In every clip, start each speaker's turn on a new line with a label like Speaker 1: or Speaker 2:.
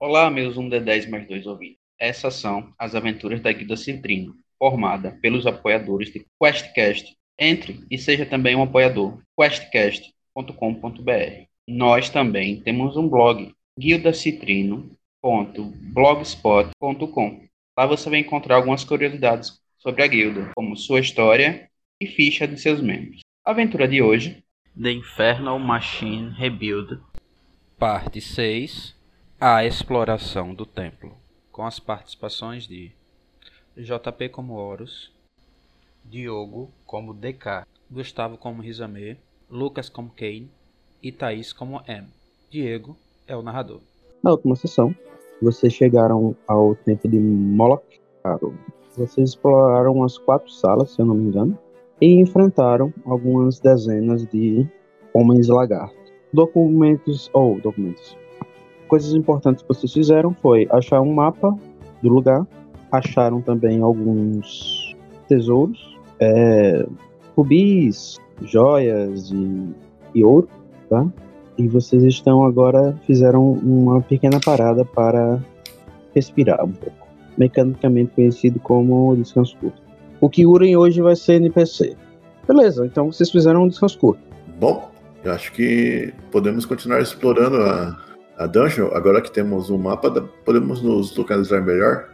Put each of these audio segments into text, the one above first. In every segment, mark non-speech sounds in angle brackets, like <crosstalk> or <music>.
Speaker 1: Olá, meus 1 de 10 mais 2 ouvintes. Essas são as aventuras da Guilda Citrino, formada pelos apoiadores de QuestCast. Entre e seja também um apoiador, questcast.com.br. Nós também temos um blog, guildacitrino.blogspot.com. Lá você vai encontrar algumas curiosidades sobre a guilda, como sua história e ficha de seus membros. A aventura de hoje, The Infernal Machine Rebuild, parte 6, a exploração do templo, com as participações de JP como Horus, Diogo como DK, Gustavo como Rizame, Lucas como Kane e Thaís como M. Diego é o narrador.
Speaker 2: Na última sessão, vocês chegaram ao templo de Moloch. Caro. Vocês exploraram as quatro salas, se eu não me engano, e enfrentaram algumas dezenas de homens lagarto. Documentos ou documentos. Coisas importantes que vocês fizeram foi achar um mapa do lugar, acharam também alguns tesouros, é, rubis, joias e, e ouro, tá? E vocês estão agora fizeram uma pequena parada para respirar um pouco, mecanicamente conhecido como descanso curto. O que Uren hoje vai ser NPC. Beleza, então vocês fizeram um descanso curto.
Speaker 3: Bom, eu acho que podemos continuar explorando a, a dungeon. Agora que temos um mapa, da- podemos nos localizar melhor?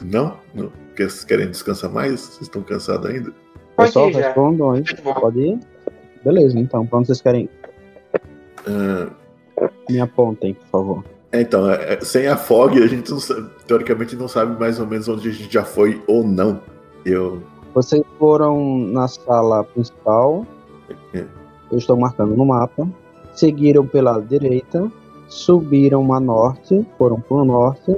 Speaker 3: Não? Não? Porque Vocês querem descansar mais? Vocês estão cansados ainda?
Speaker 4: Pode
Speaker 2: Pessoal,
Speaker 4: ir já.
Speaker 2: respondam aí.
Speaker 4: Muito bom.
Speaker 2: Pode ir? Beleza, então, pra onde vocês querem? ir?
Speaker 3: Ah,
Speaker 2: Me apontem, por favor.
Speaker 3: é, então, é, é, sem a fog, a gente não sabe, teoricamente não sabe mais ou menos onde a gente já foi ou não. Eu.
Speaker 2: Vocês foram na sala principal.
Speaker 3: É.
Speaker 2: Eu estou marcando no mapa. Seguiram pela direita, subiram a norte, foram para o norte,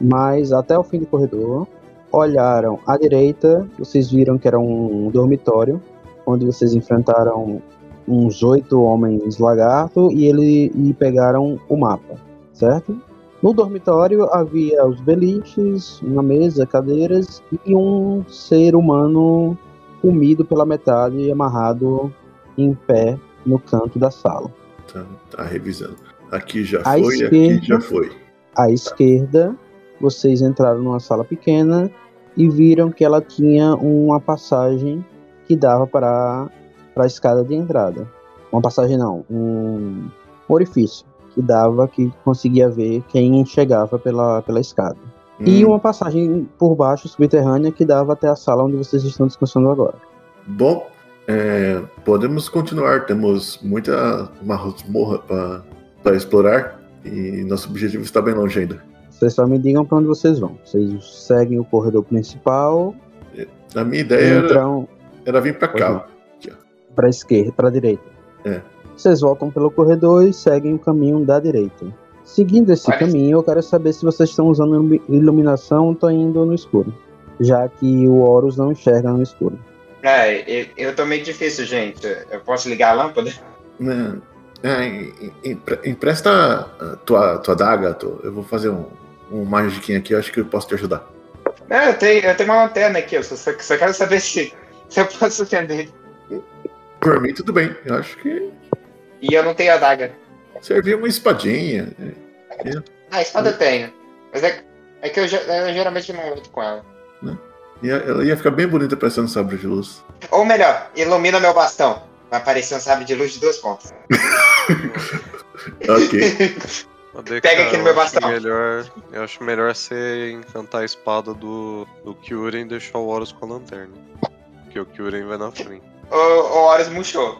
Speaker 2: mas até o fim do corredor. Olharam à direita, vocês viram que era um dormitório, onde vocês enfrentaram uns oito homens lagarto e ele e pegaram o mapa, certo? No dormitório havia os beliches, uma mesa, cadeiras e um ser humano comido pela metade e amarrado em pé no canto da sala.
Speaker 3: Tá, tá revisando. Aqui já
Speaker 2: À
Speaker 3: foi,
Speaker 2: esquerda.
Speaker 3: aqui já foi.
Speaker 2: À esquerda, vocês entraram numa sala pequena e viram que ela tinha uma passagem que dava para a escada de entrada. Uma passagem não, um orifício que dava que conseguia ver quem chegava pela, pela escada. E
Speaker 3: Hum,
Speaker 2: uma passagem por baixo, subterrânea, que dava até a sala onde vocês estão descansando agora.
Speaker 3: Bom, é, podemos continuar. Temos muita masmorra para explorar e nosso objetivo está bem longe ainda.
Speaker 2: Vocês só me digam pra onde vocês vão. Vocês seguem o corredor principal,
Speaker 3: A minha ideia era,
Speaker 2: entram
Speaker 3: era vir para cá.
Speaker 2: pra esquerda, pra direita.
Speaker 3: É.
Speaker 2: Vocês voltam pelo corredor e seguem o caminho da direita. Seguindo esse
Speaker 4: Parece-
Speaker 2: caminho, eu quero saber se vocês estão usando ilumi- iluminação ou estão indo no escuro. Já que o Horus não enxerga no escuro.
Speaker 4: É, eu, eu tô meio difícil, gente. Eu posso ligar a lâmpada?
Speaker 3: Né? É, em- em- empre- empresta a tua, tua daga, tu- eu vou fazer um, um magiquinho aqui, eu acho que eu posso te ajudar.
Speaker 4: É, eu tenho, eu tenho uma lanterna aqui, eu só, só- só quero saber se, se eu posso acender.
Speaker 3: Por mim, tudo bem. Eu acho que
Speaker 4: E eu não tenho adaga.
Speaker 3: servir uma espadinha.
Speaker 4: Ah, espada eu tenho. Mas é, é que eu, ge- eu geralmente não luto com ela.
Speaker 3: Ia, ela ia ficar bem bonita parecendo um sabre de luz.
Speaker 4: Ou melhor, ilumina meu bastão. Vai aparecer um sabre de luz de duas pontas.
Speaker 3: Ok.
Speaker 5: Cadê,
Speaker 4: Pega
Speaker 5: cara?
Speaker 4: aqui no
Speaker 5: Eu
Speaker 4: meu
Speaker 5: acho
Speaker 4: bastão.
Speaker 5: Melhor, eu acho melhor você encantar a espada do, do Kyurem e deixar o Horus com a lanterna. Porque o Kyurem vai na frente.
Speaker 4: O, o Horus murchou.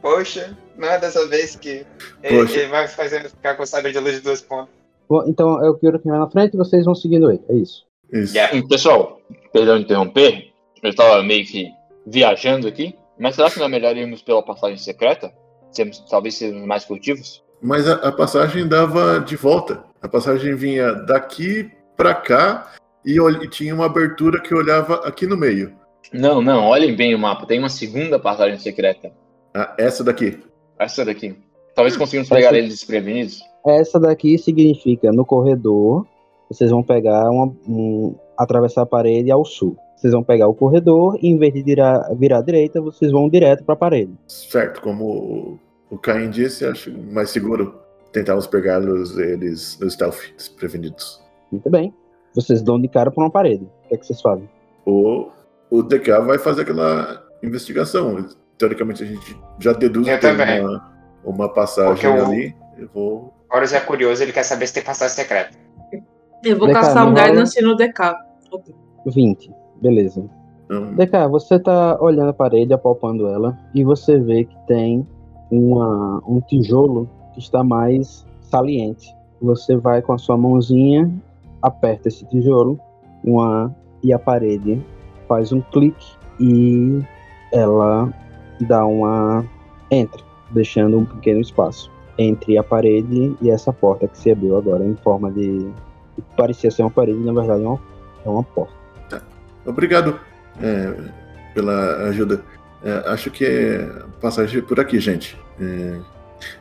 Speaker 4: Poxa, não é dessa vez que ele,
Speaker 3: Poxa.
Speaker 4: ele vai fazendo ficar com o sabre de luz de duas pontas.
Speaker 2: Bom, então eu quero que vai na frente e vocês vão seguindo ele. É isso.
Speaker 3: Isso.
Speaker 4: Yeah.
Speaker 6: É, Pessoal, perdão de interromper, eu estava meio que viajando aqui, mas será que não é melhor irmos pela passagem secreta? Sermos, talvez sermos mais furtivos?
Speaker 3: Mas a, a passagem dava de volta. A passagem vinha daqui pra cá e, ol- e tinha uma abertura que olhava aqui no meio.
Speaker 6: Não, não, olhem bem o mapa, tem uma segunda passagem secreta.
Speaker 3: Ah, essa daqui.
Speaker 6: Essa daqui.
Speaker 2: Hum.
Speaker 6: Talvez consigamos pegar eles desprevenidos.
Speaker 2: Essa daqui significa no corredor, vocês vão pegar uma. Um, atravessar a parede ao sul. Vocês vão pegar o corredor e em vez de virar, virar à direita, vocês vão direto para a parede.
Speaker 3: Certo, como o, o Caim disse, acho mais seguro. tentamos pegar los- eles no stealth, desprevenidos.
Speaker 2: Muito bem. Vocês dão de cara por uma parede. O que é que vocês fazem?
Speaker 3: Ou o DK vai fazer aquela investigação. Teoricamente a gente já deduz
Speaker 4: Eu
Speaker 3: que tem
Speaker 4: também.
Speaker 3: uma, uma passagem
Speaker 4: Porque eu-
Speaker 3: ali. Eu vou.
Speaker 4: Horus é curioso, ele quer saber se tem passagem secreta.
Speaker 7: Eu vou
Speaker 2: DK,
Speaker 7: caçar um
Speaker 2: não é? rola?
Speaker 7: guidance no DK.
Speaker 2: 20. Beleza.
Speaker 3: Hum,
Speaker 2: DK, você tá olhando a parede, apalpando ela, e você vê que tem uma, um tijolo que está mais saliente. Você vai com a sua mãozinha, aperta esse tijolo, uma, e a parede faz um clique e ela dá uma. entra, deixando um pequeno espaço entre a parede e essa porta que se abriu agora em forma de. que parecia ser uma parede, na verdade é uma, é uma porta.
Speaker 3: Obrigado é, pela ajuda. É, acho que é passagem por aqui, gente. É,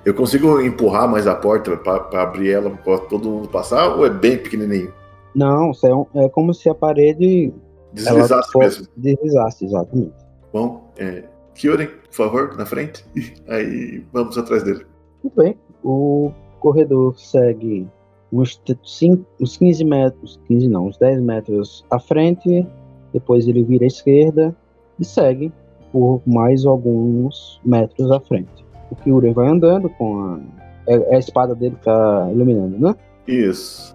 Speaker 3: eu consigo empurrar mais a porta para abrir ela para todo mundo passar ou é bem pequenininho?
Speaker 2: Não, isso é, um- é como se a parede ela
Speaker 3: Deslizasse
Speaker 2: fo-
Speaker 3: assim mesmo.
Speaker 2: Deslizasse, exatamente.
Speaker 3: Bom, é, Kyoren, por favor, na frente. <laughs> Aí vamos atrás dele.
Speaker 2: Muito bem. O corredor segue uns, t- cin- uns 15 metros, 15 não, uns 10 metros à frente, depois ele vira à esquerda e segue por mais alguns metros à frente. O Kyurem vai andando com a. É, é a espada dele que tá iluminando, né?
Speaker 3: Isso.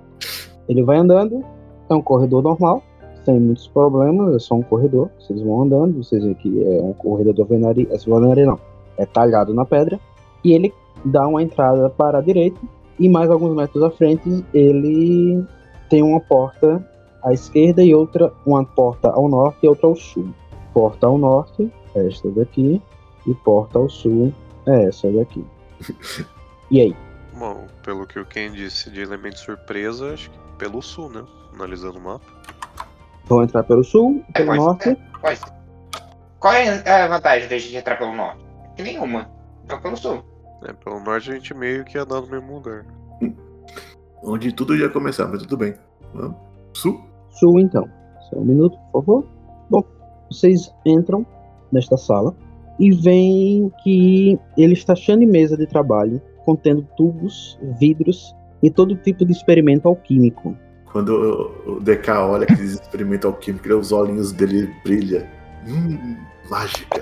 Speaker 2: Ele vai andando, é um corredor normal, sem muitos problemas, é só um corredor. Vocês vão andando, vocês veem que é um corredor de alvenaria, essa alvenaria não, é talhado na pedra, e ele dá uma entrada para a direita, e mais alguns metros à frente ele tem uma porta à esquerda e outra, uma porta ao norte e outra ao sul. Porta ao norte, esta daqui, e porta ao sul, é essa daqui. E aí?
Speaker 5: Bom, pelo que o Ken disse de elemento surpresa, acho que pelo sul, né? Analisando o mapa.
Speaker 2: Vão entrar pelo sul,
Speaker 4: É,
Speaker 2: pelo
Speaker 4: pode
Speaker 2: norte?
Speaker 4: ser, pode ser. Qual é a vantagem da gente entrar pelo norte? Que nenhuma. Então pelo sul.
Speaker 5: É, pelo norte a gente meio que ia dar no mesmo lugar.
Speaker 3: Onde tudo ia começar, mas tudo bem. Vamos. Su?
Speaker 2: Sul, então. Só um minuto, por favor. Bom, vocês entram nesta sala e veem que ele está cheio de mesa de trabalho, contendo tubos, vidros e todo tipo de experimento alquímico.
Speaker 3: Quando o- o DK olha aqueles experimentos alquímicos, os olhinhos dele brilham. Hum, mágica.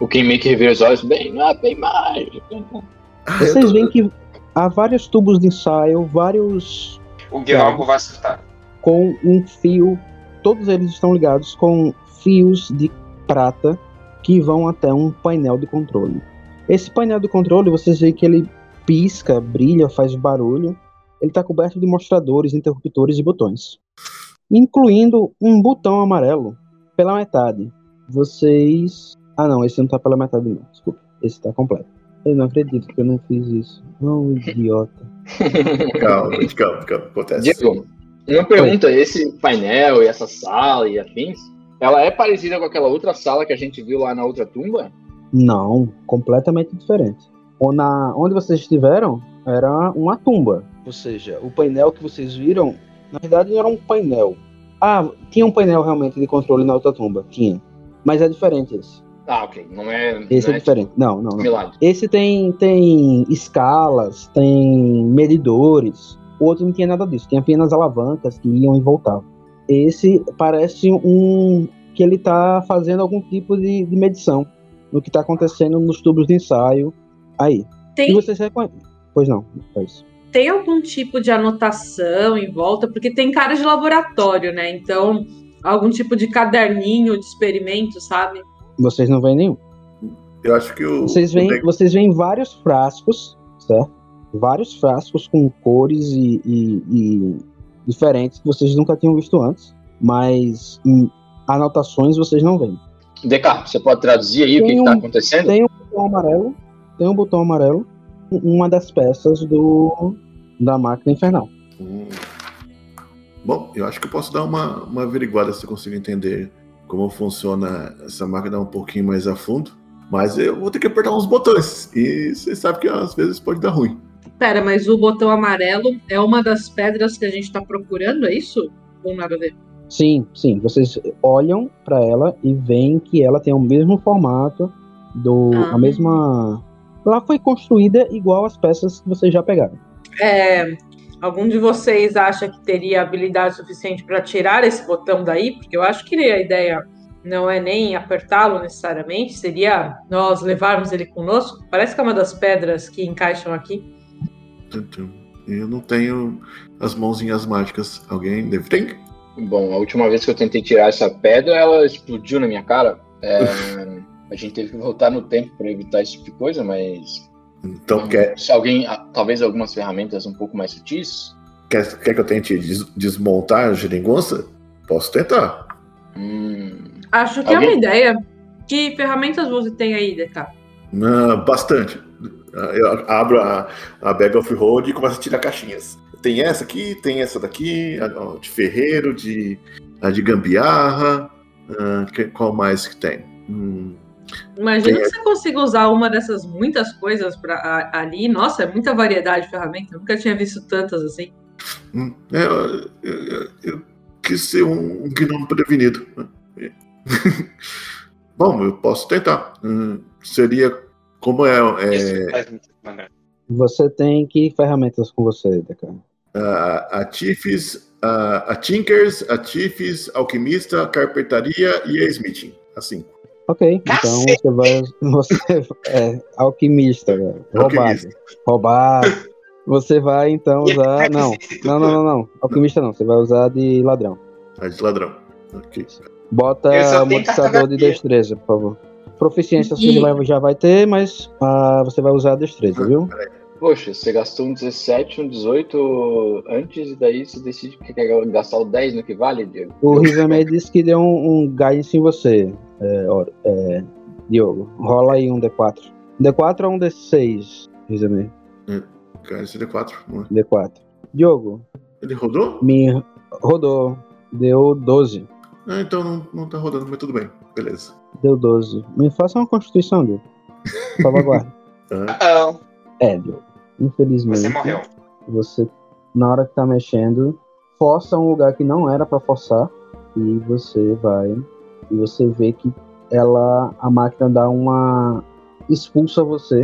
Speaker 6: O Ken meio que revira os olhos, bem, ah, bem mágico.
Speaker 3: Ah, eu
Speaker 2: Vocês
Speaker 3: tô-
Speaker 2: veem que há vários tubos de ensaio, vários
Speaker 4: O Guilherme vai assustar.
Speaker 2: com um fio, todos eles estão ligados com fios de prata que vão até um painel de controle. Esse painel de controle, vocês veem que ele pisca, brilha, faz barulho. Ele está coberto de mostradores, interruptores e botões, incluindo um botão amarelo pela metade. Vocês. Ah, não, esse não tá pela metade, não. Desculpa, esse tá completo. Eu não acredito que eu não fiz isso. Não, idiota.
Speaker 3: Calma, calma, calma. Acontece.
Speaker 6: Diego, uma pergunta, esse painel e essa sala e afins, ela é parecida com aquela outra sala que a gente viu lá na outra tumba?
Speaker 2: Não, completamente diferente. Ou na, onde vocês estiveram era uma tumba. Ou seja, o painel que vocês viram, na verdade, não era um painel. Ah, tinha um painel realmente de controle na outra tumba, tinha. Mas é diferente esse.
Speaker 6: Ah, ok, não é...
Speaker 2: Esse
Speaker 6: não
Speaker 2: é
Speaker 6: é
Speaker 2: diferente. Não, não, não.
Speaker 6: Milagre.
Speaker 2: Esse tem, tem escalas, tem medidores. O outro não tinha nada disso, tinha apenas alavancas que iam e voltavam. Esse parece um que ele está fazendo algum tipo de, de medição no que está acontecendo nos tubos de ensaio. Aí. E
Speaker 7: Tem,
Speaker 2: vocês reconhecem. Pois não, é isso.
Speaker 7: tem algum tipo de anotação em volta? Porque tem cara de laboratório, né? Então, algum tipo de caderninho de experimento, sabe?
Speaker 2: Vocês não veem nenhum.
Speaker 3: Eu acho que o.
Speaker 2: Vocês
Speaker 3: o
Speaker 2: veem,
Speaker 3: DK
Speaker 2: vocês veem vários frascos, certo? Vários frascos com cores e, e- e diferentes que vocês nunca tinham visto antes, mas em anotações vocês não veem.
Speaker 6: DK, você pode traduzir aí o que,
Speaker 2: Tem
Speaker 6: que tá
Speaker 2: um-
Speaker 6: acontecendo?
Speaker 2: Tem um botão amarelo, tem um botão amarelo, uma das peças do da máquina infernal.
Speaker 3: Hum. Bom, eu acho que eu posso dar uma, uma averiguada se eu consigo entender como funciona essa máquina um pouquinho mais a fundo. Mas eu vou ter que apertar uns botões. E vocês sabem que às vezes pode dar ruim.
Speaker 7: Pera, mas o botão amarelo é uma das pedras que a gente tá procurando, é isso? Ou nada a ver?
Speaker 2: Sim, sim, vocês olham para ela e veem que ela tem o mesmo formato do a
Speaker 7: Ah.
Speaker 2: mesma Lá foi construída igual as peças que vocês já pegaram.
Speaker 7: É, algum de vocês acha que teria habilidade suficiente para tirar esse botão daí? Porque eu acho que a ideia não é nem apertá-lo necessariamente, seria nós levarmos ele conosco. Parece que é uma das pedras que encaixam aqui.
Speaker 3: Eu não tenho as mãozinhas mágicas. Alguém deve ter?
Speaker 6: Bom, a última vez que eu tentei tirar essa pedra, ela explodiu na minha cara. É, a gente teve que voltar no tempo para evitar esse tipo de coisa, mas. hum,
Speaker 3: Então quer,
Speaker 6: Se alguém. ah, Talvez algumas ferramentas um pouco mais sutis.
Speaker 3: quer, quer que eu tente des- desmontar a geringonça? Posso tentar.
Speaker 6: Hum,
Speaker 7: Acho que é uma
Speaker 6: Alguém?
Speaker 7: ideia. Que ferramentas você tem aí, Deca?
Speaker 3: Ah, bastante. Ah, Eu abro a, a bag off road e começo a tirar caixinhas. Tem essa aqui, tem essa daqui, a- ó, de ferreiro, de, a de gambiarra. Ah, que- qual mais que tem? Hum,
Speaker 7: Imagina
Speaker 3: Tem
Speaker 7: que você consiga usar uma dessas muitas coisas pra, a- ali. Nossa, é muita variedade de ferramentas. Eu nunca tinha visto tantas assim.
Speaker 3: hum, eu, eu- eu- eu quis ser um gnomo prevenido. né? <laughs> Bom, eu posso tentar. Hum, seria como é, é,
Speaker 4: Isso faz muito mano.
Speaker 2: Você tem que ferramentas com você, Deca?
Speaker 3: a, a Tiffes, Ah, a, a Tinkers, a Tiffes, Alquimista, Carpentaria e a Smithing. Assim.
Speaker 2: Ok,
Speaker 4: Cacete!
Speaker 2: então você vai. <laughs> Você é alquimista, velho. Roubado.
Speaker 3: Alquimista.
Speaker 2: Roubado. Você vai
Speaker 4: <laughs>
Speaker 2: então usar. Não, não, não, não, não. Alquimista não. Você vai usar de ladrão.
Speaker 3: A de ladrão. Ok.
Speaker 4: Eu só
Speaker 2: Bota
Speaker 4: tenho
Speaker 2: modificador de
Speaker 4: cartografia.
Speaker 2: destreza, por favor. Proficiência
Speaker 7: E-
Speaker 2: você vai- já vai ter, mas ah, você vai usar a destreza, viu?
Speaker 6: poxa, você gastou um 17, um 18 antes, e daí você decide que quer gastar o 10 no que vale, Diego.
Speaker 2: O Riverman disse que deu um, um guidance em você, é, Oro- é, Diogo. Rola aí um D4. D4 ou um D6, Riverman?
Speaker 3: Cara, esse é D4. não é?
Speaker 2: D4. Diogo,
Speaker 3: Ele rodou?
Speaker 2: me rodou. Deu 12.
Speaker 3: Ah, então não, não tá rodando, mas tudo bem. Beleza.
Speaker 2: Deu 12. Me faça uma constituição, Diogo. Salvaguarda.
Speaker 3: Ah,
Speaker 4: Ah, não.
Speaker 2: é, Diogo. Infelizmente.
Speaker 4: Você morreu.
Speaker 2: você na hora que tá mexendo, força um lugar que não era pra forçar e você vai e você vê que ela a máquina dá uma expulsa você,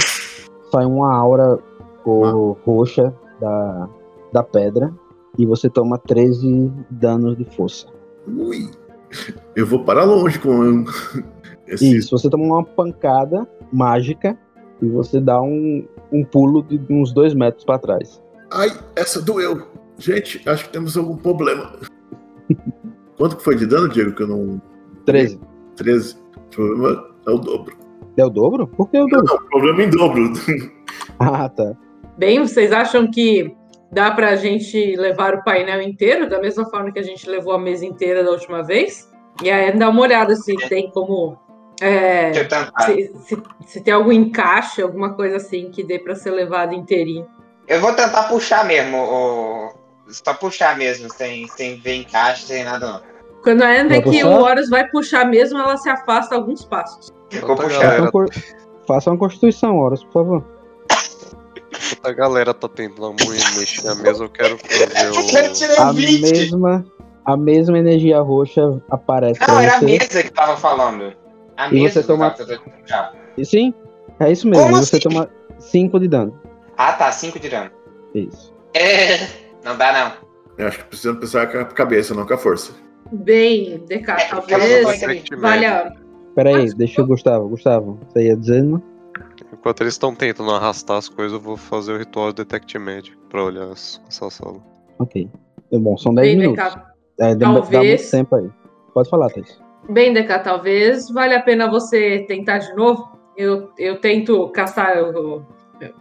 Speaker 2: sai uma aura cor roxa da, da pedra e você toma 13 danos de força.
Speaker 3: ui. <laughs> Eu vou parar longe com um. <laughs> esse.
Speaker 2: Isso, você toma uma pancada mágica e você dá um, um pulo de uns dois metros pra trás.
Speaker 3: Ai, essa doeu. Gente, acho que temos algum problema. <laughs> Quanto que foi de dano, Diego? Que eu não.
Speaker 2: 13.
Speaker 3: 13. Problema é o dobro.
Speaker 2: É o dobro? Por que o
Speaker 3: Não,
Speaker 2: dobro?
Speaker 3: não, problema em dobro.
Speaker 2: Ah, tá.
Speaker 7: Bem, vocês acham que dá pra gente levar o painel inteiro, da mesma forma que a gente levou a mesa inteira da última vez? E aí dá uma olhada se tem como. é,
Speaker 4: Deixa eu tentar.
Speaker 7: se, se- se tem algum encaixe, alguma coisa assim que dê pra ser levado inteirinho.
Speaker 4: Eu vou tentar puxar mesmo, o... só puxar mesmo, sem, sem ver encaixe, sem nada não.
Speaker 7: Quando a Anne vê
Speaker 2: Vai
Speaker 7: que
Speaker 2: puxar?
Speaker 7: o Horus vai puxar mesmo, ela se afasta alguns passos.
Speaker 4: Vou
Speaker 5: Tanta
Speaker 4: puxar.
Speaker 2: Faça
Speaker 5: galera,
Speaker 2: uma, cor- faça uma constituição, Horus, por favor.
Speaker 5: tanta galera tá tentando muito mexer na mesa, eu quero
Speaker 4: Eu
Speaker 5: fazer o...
Speaker 4: tirei
Speaker 2: A
Speaker 4: 20!
Speaker 2: mesma, a mesma energia roxa aparece
Speaker 4: Não, Ah, era
Speaker 2: pra
Speaker 4: a
Speaker 2: você.
Speaker 4: mesa que tava falando. A
Speaker 2: E
Speaker 4: mesa
Speaker 2: você
Speaker 4: que
Speaker 2: toma-
Speaker 4: tava tentando puxar.
Speaker 2: E Sim, é isso mesmo.
Speaker 4: Como
Speaker 2: e você
Speaker 4: assim?
Speaker 2: toma 5 de dano.
Speaker 4: Ah tá, 5 de dano.
Speaker 2: Isso.
Speaker 4: É, não dá não.
Speaker 3: Eu acho que precisamos pensar com a cabeça, não com a força.
Speaker 7: Bem, Deca,
Speaker 4: É, porque ela não
Speaker 7: talvez
Speaker 4: vai-
Speaker 7: valha.
Speaker 2: Pera aí,
Speaker 7: Mas-
Speaker 2: deixa o Gustavo. Gustavo, você ia dizendo?
Speaker 5: Enquanto eles estão tentando arrastar as coisas, eu vou fazer o ritual de Detect Magic pra olhar as- essa sala.
Speaker 2: Ok. Tá Bom, são 10
Speaker 7: Bem,
Speaker 2: minutos.
Speaker 7: Deca,
Speaker 2: É, dá, dá muito
Speaker 7: talvez-
Speaker 2: tempo aí. Pode falar, Thais.
Speaker 7: Bem, Deca, talvez valha a pena você tentar de novo. Eu, eu tento caçar. Eu, eu-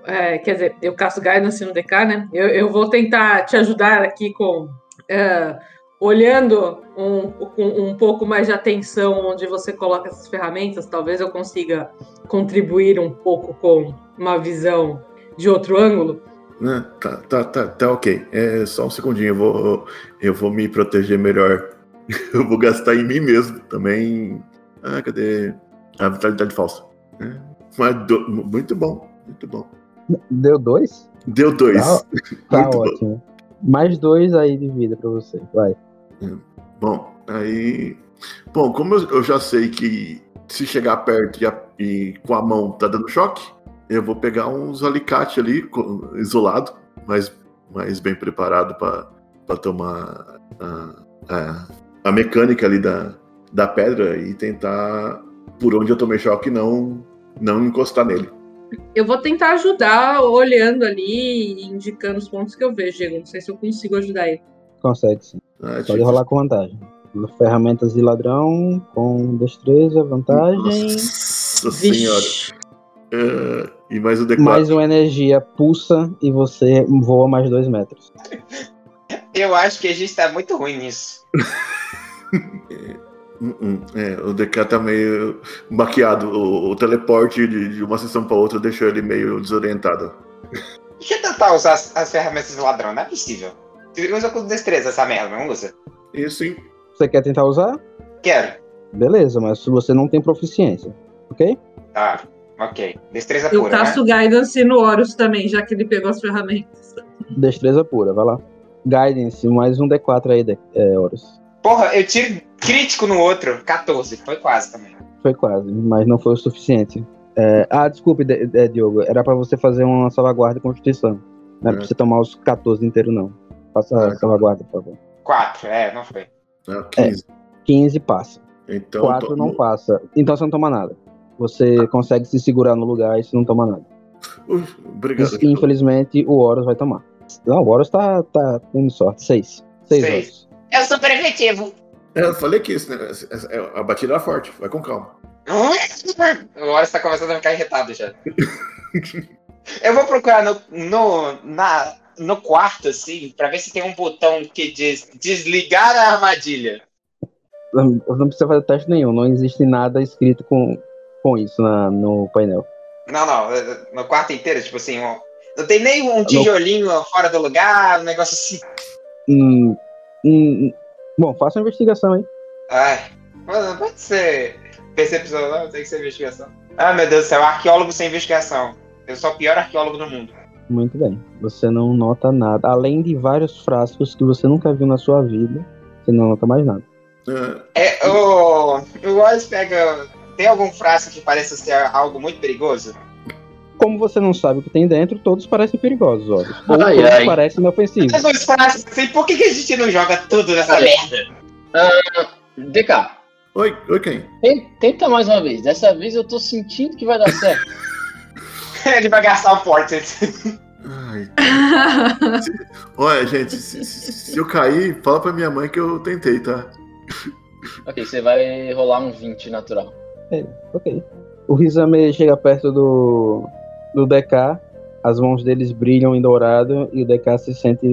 Speaker 7: é, quer dizer, eu caço guidance no DK, né? Eu, eu vou tentar te ajudar aqui com. é, olhando um, com um pouco mais de atenção onde você coloca essas ferramentas, talvez eu consiga contribuir um pouco com uma visão de outro ângulo.
Speaker 3: Né? Tá, tá, tá, tá ok. É só um segundinho, eu vou, eu vou me proteger melhor. <laughs> Eu vou gastar em mim mesmo também. Ah, cadê? A vitalidade falsa. É, Mas do- muito bom, muito bom.
Speaker 2: Deu 2?
Speaker 3: Deu dois.
Speaker 2: Tá, tá
Speaker 3: Muito bom.
Speaker 2: ótimo. Mais 2 aí de vida pra você. Vai.
Speaker 3: Bom, aí. Bom, como eu, eu já sei que se chegar perto e, a- e com a mão tá dando choque, Eu vou pegar uns alicates ali, co- isolado, mas mais bem preparado para tomar a, a, a mecânica ali da, da pedra e tentar, por onde eu tomei choque, não, não encostar nele.
Speaker 7: Eu vou tentar ajudar olhando ali e indicando os pontos que eu vejo, Diego. Não sei se eu consigo ajudar ele.
Speaker 2: Consegue sim.
Speaker 3: Ah,
Speaker 2: Pode rolar com vantagem. Ferramentas de ladrão, com destreza, vantagem.
Speaker 3: Nossa
Speaker 7: Vixe.
Speaker 3: senhora. É, e mais o D4.
Speaker 2: Mais uma energia pulsa e você voa mais dois metros.
Speaker 4: Eu acho que a gente tá muito ruim nisso.
Speaker 3: Hum, hum. É, o DK tá meio maquiado. O, o teleporte de, de uma sessão pra outra deixou ele meio desorientado.
Speaker 4: Deixa eu tentar usar as, as ferramentas do ladrão, não é possível. Você Usa com destreza essa merda, não usa?
Speaker 3: E sim,
Speaker 2: Você quer tentar usar?
Speaker 4: Quero.
Speaker 2: Beleza, mas se você não tem proficiência, ok?
Speaker 4: Tá, ok. Destreza
Speaker 7: Eu
Speaker 4: pura, né?
Speaker 7: caço Guidance no Horus também, já que ele pegou as ferramentas. <laughs>
Speaker 2: Destreza pura, vai lá. Guidance, mais um D4 aí, de, é, Horus.
Speaker 4: Porra, eu tiro crítico no outro. 14, foi quase também.
Speaker 2: Foi quase, mas não foi o suficiente. É, ah, desculpe, D- D- Diogo. Era pra você fazer uma salvaguarda e Constituição. Não era pra
Speaker 3: É.
Speaker 2: você tomar os 14 inteiros, não. Faça a
Speaker 3: É.
Speaker 2: salvaguarda, por favor.
Speaker 4: 4, é, não foi.
Speaker 3: ah, 15.
Speaker 2: 15 passa.
Speaker 3: Então,
Speaker 2: 4
Speaker 3: to-
Speaker 2: não passa. Então você não toma nada. Você consegue se segurar no lugar e você não toma nada.
Speaker 3: Uf, obrigado.
Speaker 2: Isso, Infelizmente, o Horus vai tomar. Não, o Horus tá, tá tendo sorte. Seis. Seis,
Speaker 4: Seis.
Speaker 2: Horus.
Speaker 4: Eu sou preventivo.
Speaker 3: É, eu falei que esse negócio- essa- é, a batida é forte, vai com calma.
Speaker 4: O Horace tá começando a ficar irritado já. Eu vou procurar no, no, na, no quarto, assim, pra ver se tem um botão que diz desligar a armadilha.
Speaker 2: Não não precisa fazer teste nenhum. Não existe nada escrito com, com isso na- no painel.
Speaker 4: Não, não, eh, no quarto inteiro, tipo assim, um- não tem nem um tijolinho fora do lugar, um negócio assim.
Speaker 2: Hum, hum, bom, faça uma investigação, hein?
Speaker 4: Ai, mas não pode ser percepção, não, tem que ser investigação. Ah, meu Deus do céu, arqueólogo sem investigação. Eu sou o pior arqueólogo do mundo.
Speaker 2: Muito bem. Você não nota nada. Além de vários frascos que você nunca viu na sua vida, você não nota mais nada.
Speaker 3: É,
Speaker 4: É, o, o Wallace pega. Tem algum frasco que pareça ser algo muito perigoso?
Speaker 2: Como você não sabe o que tem dentro, todos parecem perigosos, Horus. Ou
Speaker 6: <laughs> Ai,
Speaker 2: todos
Speaker 6: ai.
Speaker 2: parecem
Speaker 4: <laughs>
Speaker 2: inofensivos.
Speaker 4: Mas os frascos, assim, por que, que a gente não joga tudo nessa merda?
Speaker 6: DK,
Speaker 3: Oi, oi, quem?
Speaker 6: ten- tenta mais uma vez. Dessa vez eu tô sentindo que vai dar <laughs> certo.
Speaker 4: <laughs> Ele vai gastar o portrait.
Speaker 3: Ai, olha, gente, se, se- se eu cair, fala pra minha mãe que eu tentei, tá?
Speaker 6: ok, você vai rolar um 20 natural.
Speaker 2: Ok. O Rizame chega perto do, do DK, as mãos deles brilham em dourado e o DK se sente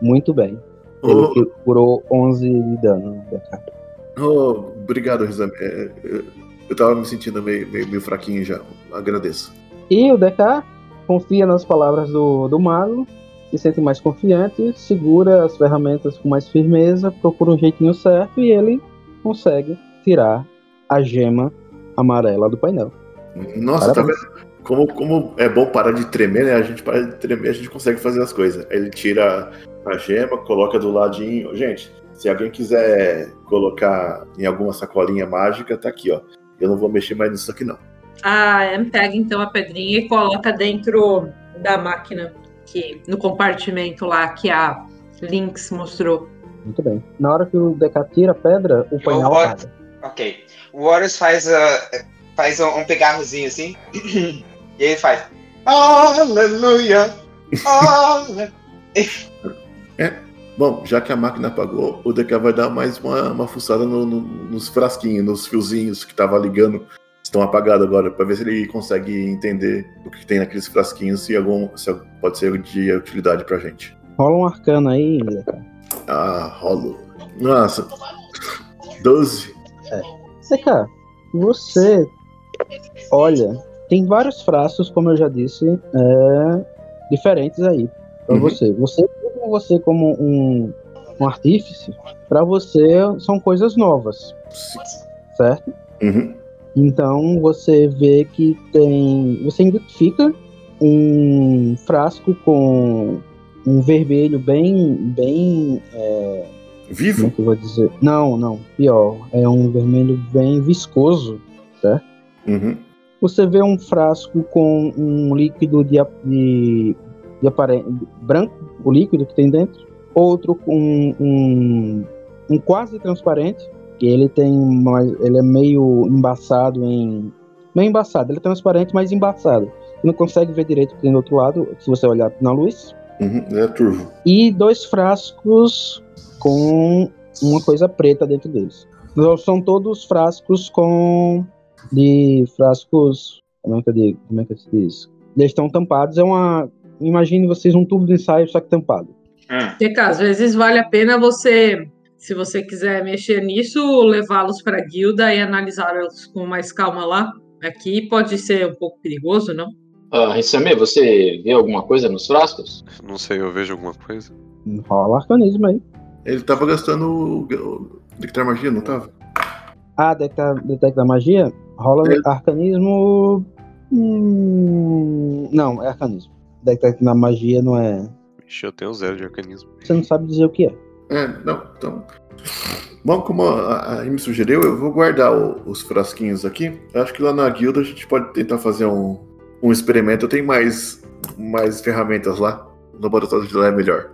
Speaker 2: muito bem. Ele
Speaker 3: Ô,
Speaker 2: que curou 11 de dano no DK.
Speaker 3: ô, obrigado, Rizami. É, eu, eu tava me sentindo meio, meio, meio fraquinho já, agradeço.
Speaker 2: E o DK confia nas palavras do, do mago, se sente mais confiante, segura as ferramentas com mais firmeza, procura um jeitinho certo e ele consegue tirar a gema amarela do painel.
Speaker 3: Nossa, tá
Speaker 2: Parabéns.
Speaker 3: vendo? Como, como é bom parar de tremer, né? A gente para de tremer, a gente consegue fazer as coisas. Ele tira a gema, coloca do ladinho. Gente, se alguém quiser colocar em alguma sacolinha mágica, tá aqui, ó. Eu não vou mexer mais nisso aqui, não.
Speaker 7: A Em pega então a pedrinha e coloca dentro da máquina, que, no compartimento lá que a Lynx mostrou.
Speaker 2: Muito bem. Na hora que o DK tira a pedra, o painel
Speaker 4: Horror.
Speaker 2: apaga.
Speaker 4: Ok. O Horus faz, ah, faz um, um pigarrozinho assim. <clears throat> e ele faz. Aleluia! ale-"
Speaker 3: Bom, já que a máquina apagou, o DK vai dar mais uma, uma fuçada no- no- nos frasquinhos, nos fiozinhos que tava ligando. Estão apagados agora, pra ver se ele consegue entender o que tem naqueles frasquinhos, se, algum, se pode ser de utilidade pra gente.
Speaker 2: Rola um arcano aí, DK.
Speaker 3: Ah, rolo. Nossa. 12.
Speaker 2: CK, você olha, tem vários frascos, como eu já disse, é, diferentes aí pra
Speaker 3: Uhum.
Speaker 2: você. Você, como você como um, um artífice, pra você são coisas novas, certo?
Speaker 3: Uhum.
Speaker 2: Então você vê que tem, você identifica um frasco com um vermelho bem, bem é, como é
Speaker 3: Vivo?
Speaker 2: que eu vou dizer? Não, não, pior. É um vermelho bem viscoso, certo?
Speaker 3: Uhum.
Speaker 2: Você vê um frasco com um líquido de, ap- de, de apare- branco, o líquido que tem dentro, outro com um, um quase transparente, que ele tem mais, ele é meio embaçado em meio embaçado, ele é transparente, mas embaçado. Você não consegue ver direito o que tem do outro lado, se você olhar na luz
Speaker 3: Uhum, ele é turvo.
Speaker 2: e dois frascos com uma coisa preta dentro deles. Não, São todos frascos com. de frascos. Como é que eu digo? Como é que se diz? Eles estão tampados. É uma. Imagine vocês um tubo de ensaio só que tampado.
Speaker 4: Hum.
Speaker 7: Porque às vezes vale a pena você, se você quiser mexer nisso, levá-los para a guilda e analisá-los com mais calma lá. Aqui pode ser um pouco perigoso, não?
Speaker 6: Ah, Samir, você vê alguma coisa nos frascos?
Speaker 5: Não sei, eu vejo alguma coisa.
Speaker 2: Rola arcanismo aí.
Speaker 3: Ele tava gastando o, o detectar magia, não tava?
Speaker 2: Ah, detecta, detecta magia? Rola
Speaker 3: É.
Speaker 2: arcanismo. Hum, não, é arcanismo. Detecta na magia não é.
Speaker 5: Ixi, eu tenho zero de arcanismo.
Speaker 2: Você não sabe dizer o que é.
Speaker 3: É, não, então. Bom, como a, a Amy sugeriu, eu vou guardar o- os frasquinhos aqui. Eu acho que lá na guilda a gente pode tentar fazer um, um experimento. Eu tenho mais, mais ferramentas lá. O laboratório de lá é melhor.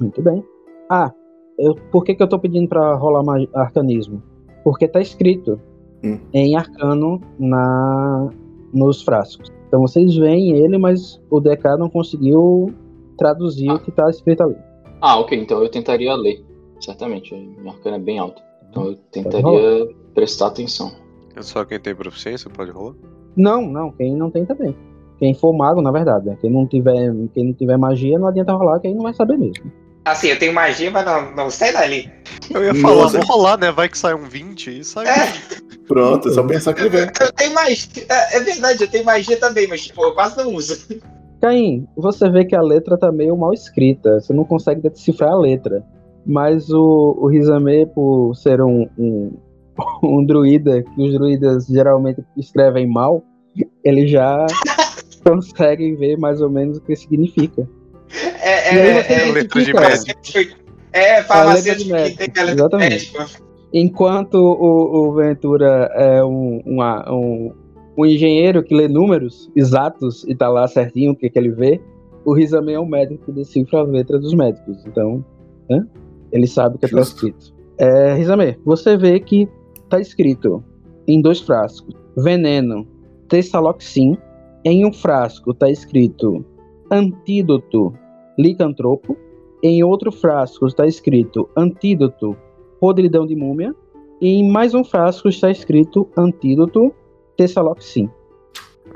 Speaker 2: Muito bem. Ah, eu, por que, que eu tô pedindo pra rolar ma- arcanismo? Porque tá escrito
Speaker 3: Hum.
Speaker 2: em arcano na, nos frascos. Então vocês veem ele, mas o DK não conseguiu traduzir o que tá escrito ali.
Speaker 6: Ah, ok, então eu tentaria ler. Certamente, minha arcana é bem alta. Então eu
Speaker 2: rolar.
Speaker 6: tentaria prestar atenção.
Speaker 5: É só quem tem proficiência pode rolar?
Speaker 2: Não, não, quem não tem também. Quem for mago, na verdade, né? quem, não tiver, quem não tiver magia, não adianta rolar, que aí não vai saber mesmo.
Speaker 4: Assim, eu tenho magia, mas não, não sei dali.
Speaker 5: Eu ia falar,
Speaker 3: Nossa.
Speaker 5: vou rolar, né? Vai que sai um 20 e sai.
Speaker 4: É.
Speaker 3: Pronto, é só pensar que ele vem.
Speaker 4: Eu tenho magia. É, é verdade, eu tenho magia também, mas tipo, eu quase não uso. <laughs>
Speaker 2: Caim, você vê que a letra tá meio mal escrita, você não consegue decifrar a letra. Mas o, o Rizame, por ser um, um, <laughs> um druida, que os druidas geralmente escrevem mal, ele já consegue ver mais ou menos o que significa.
Speaker 4: É,
Speaker 2: E aí
Speaker 4: é,
Speaker 2: você
Speaker 4: é,
Speaker 5: letra
Speaker 2: identifica-
Speaker 5: de médico.
Speaker 4: é
Speaker 2: de
Speaker 4: farmacêutico que
Speaker 2: médico,
Speaker 4: tem é, tipo, que ler
Speaker 2: exatamente.
Speaker 4: médico.
Speaker 2: Enquanto o, o Ventura é um, uma- um, um engenheiro que lê números exatos e tá lá certinho o que, que ele vê, o Rizame é um médico que decifra a letra dos médicos. Então, né, ele sabe o que está
Speaker 3: Justo.
Speaker 2: escrito. É, Rizame, você vê que tá escrito em dois frascos: veneno, testaloxin. Em um frasco tá escrito antídoto, licantropo. Em outro frasco está escrito antídoto, podridão de múmia. E em mais um frasco está escrito antídoto, tessaloxin.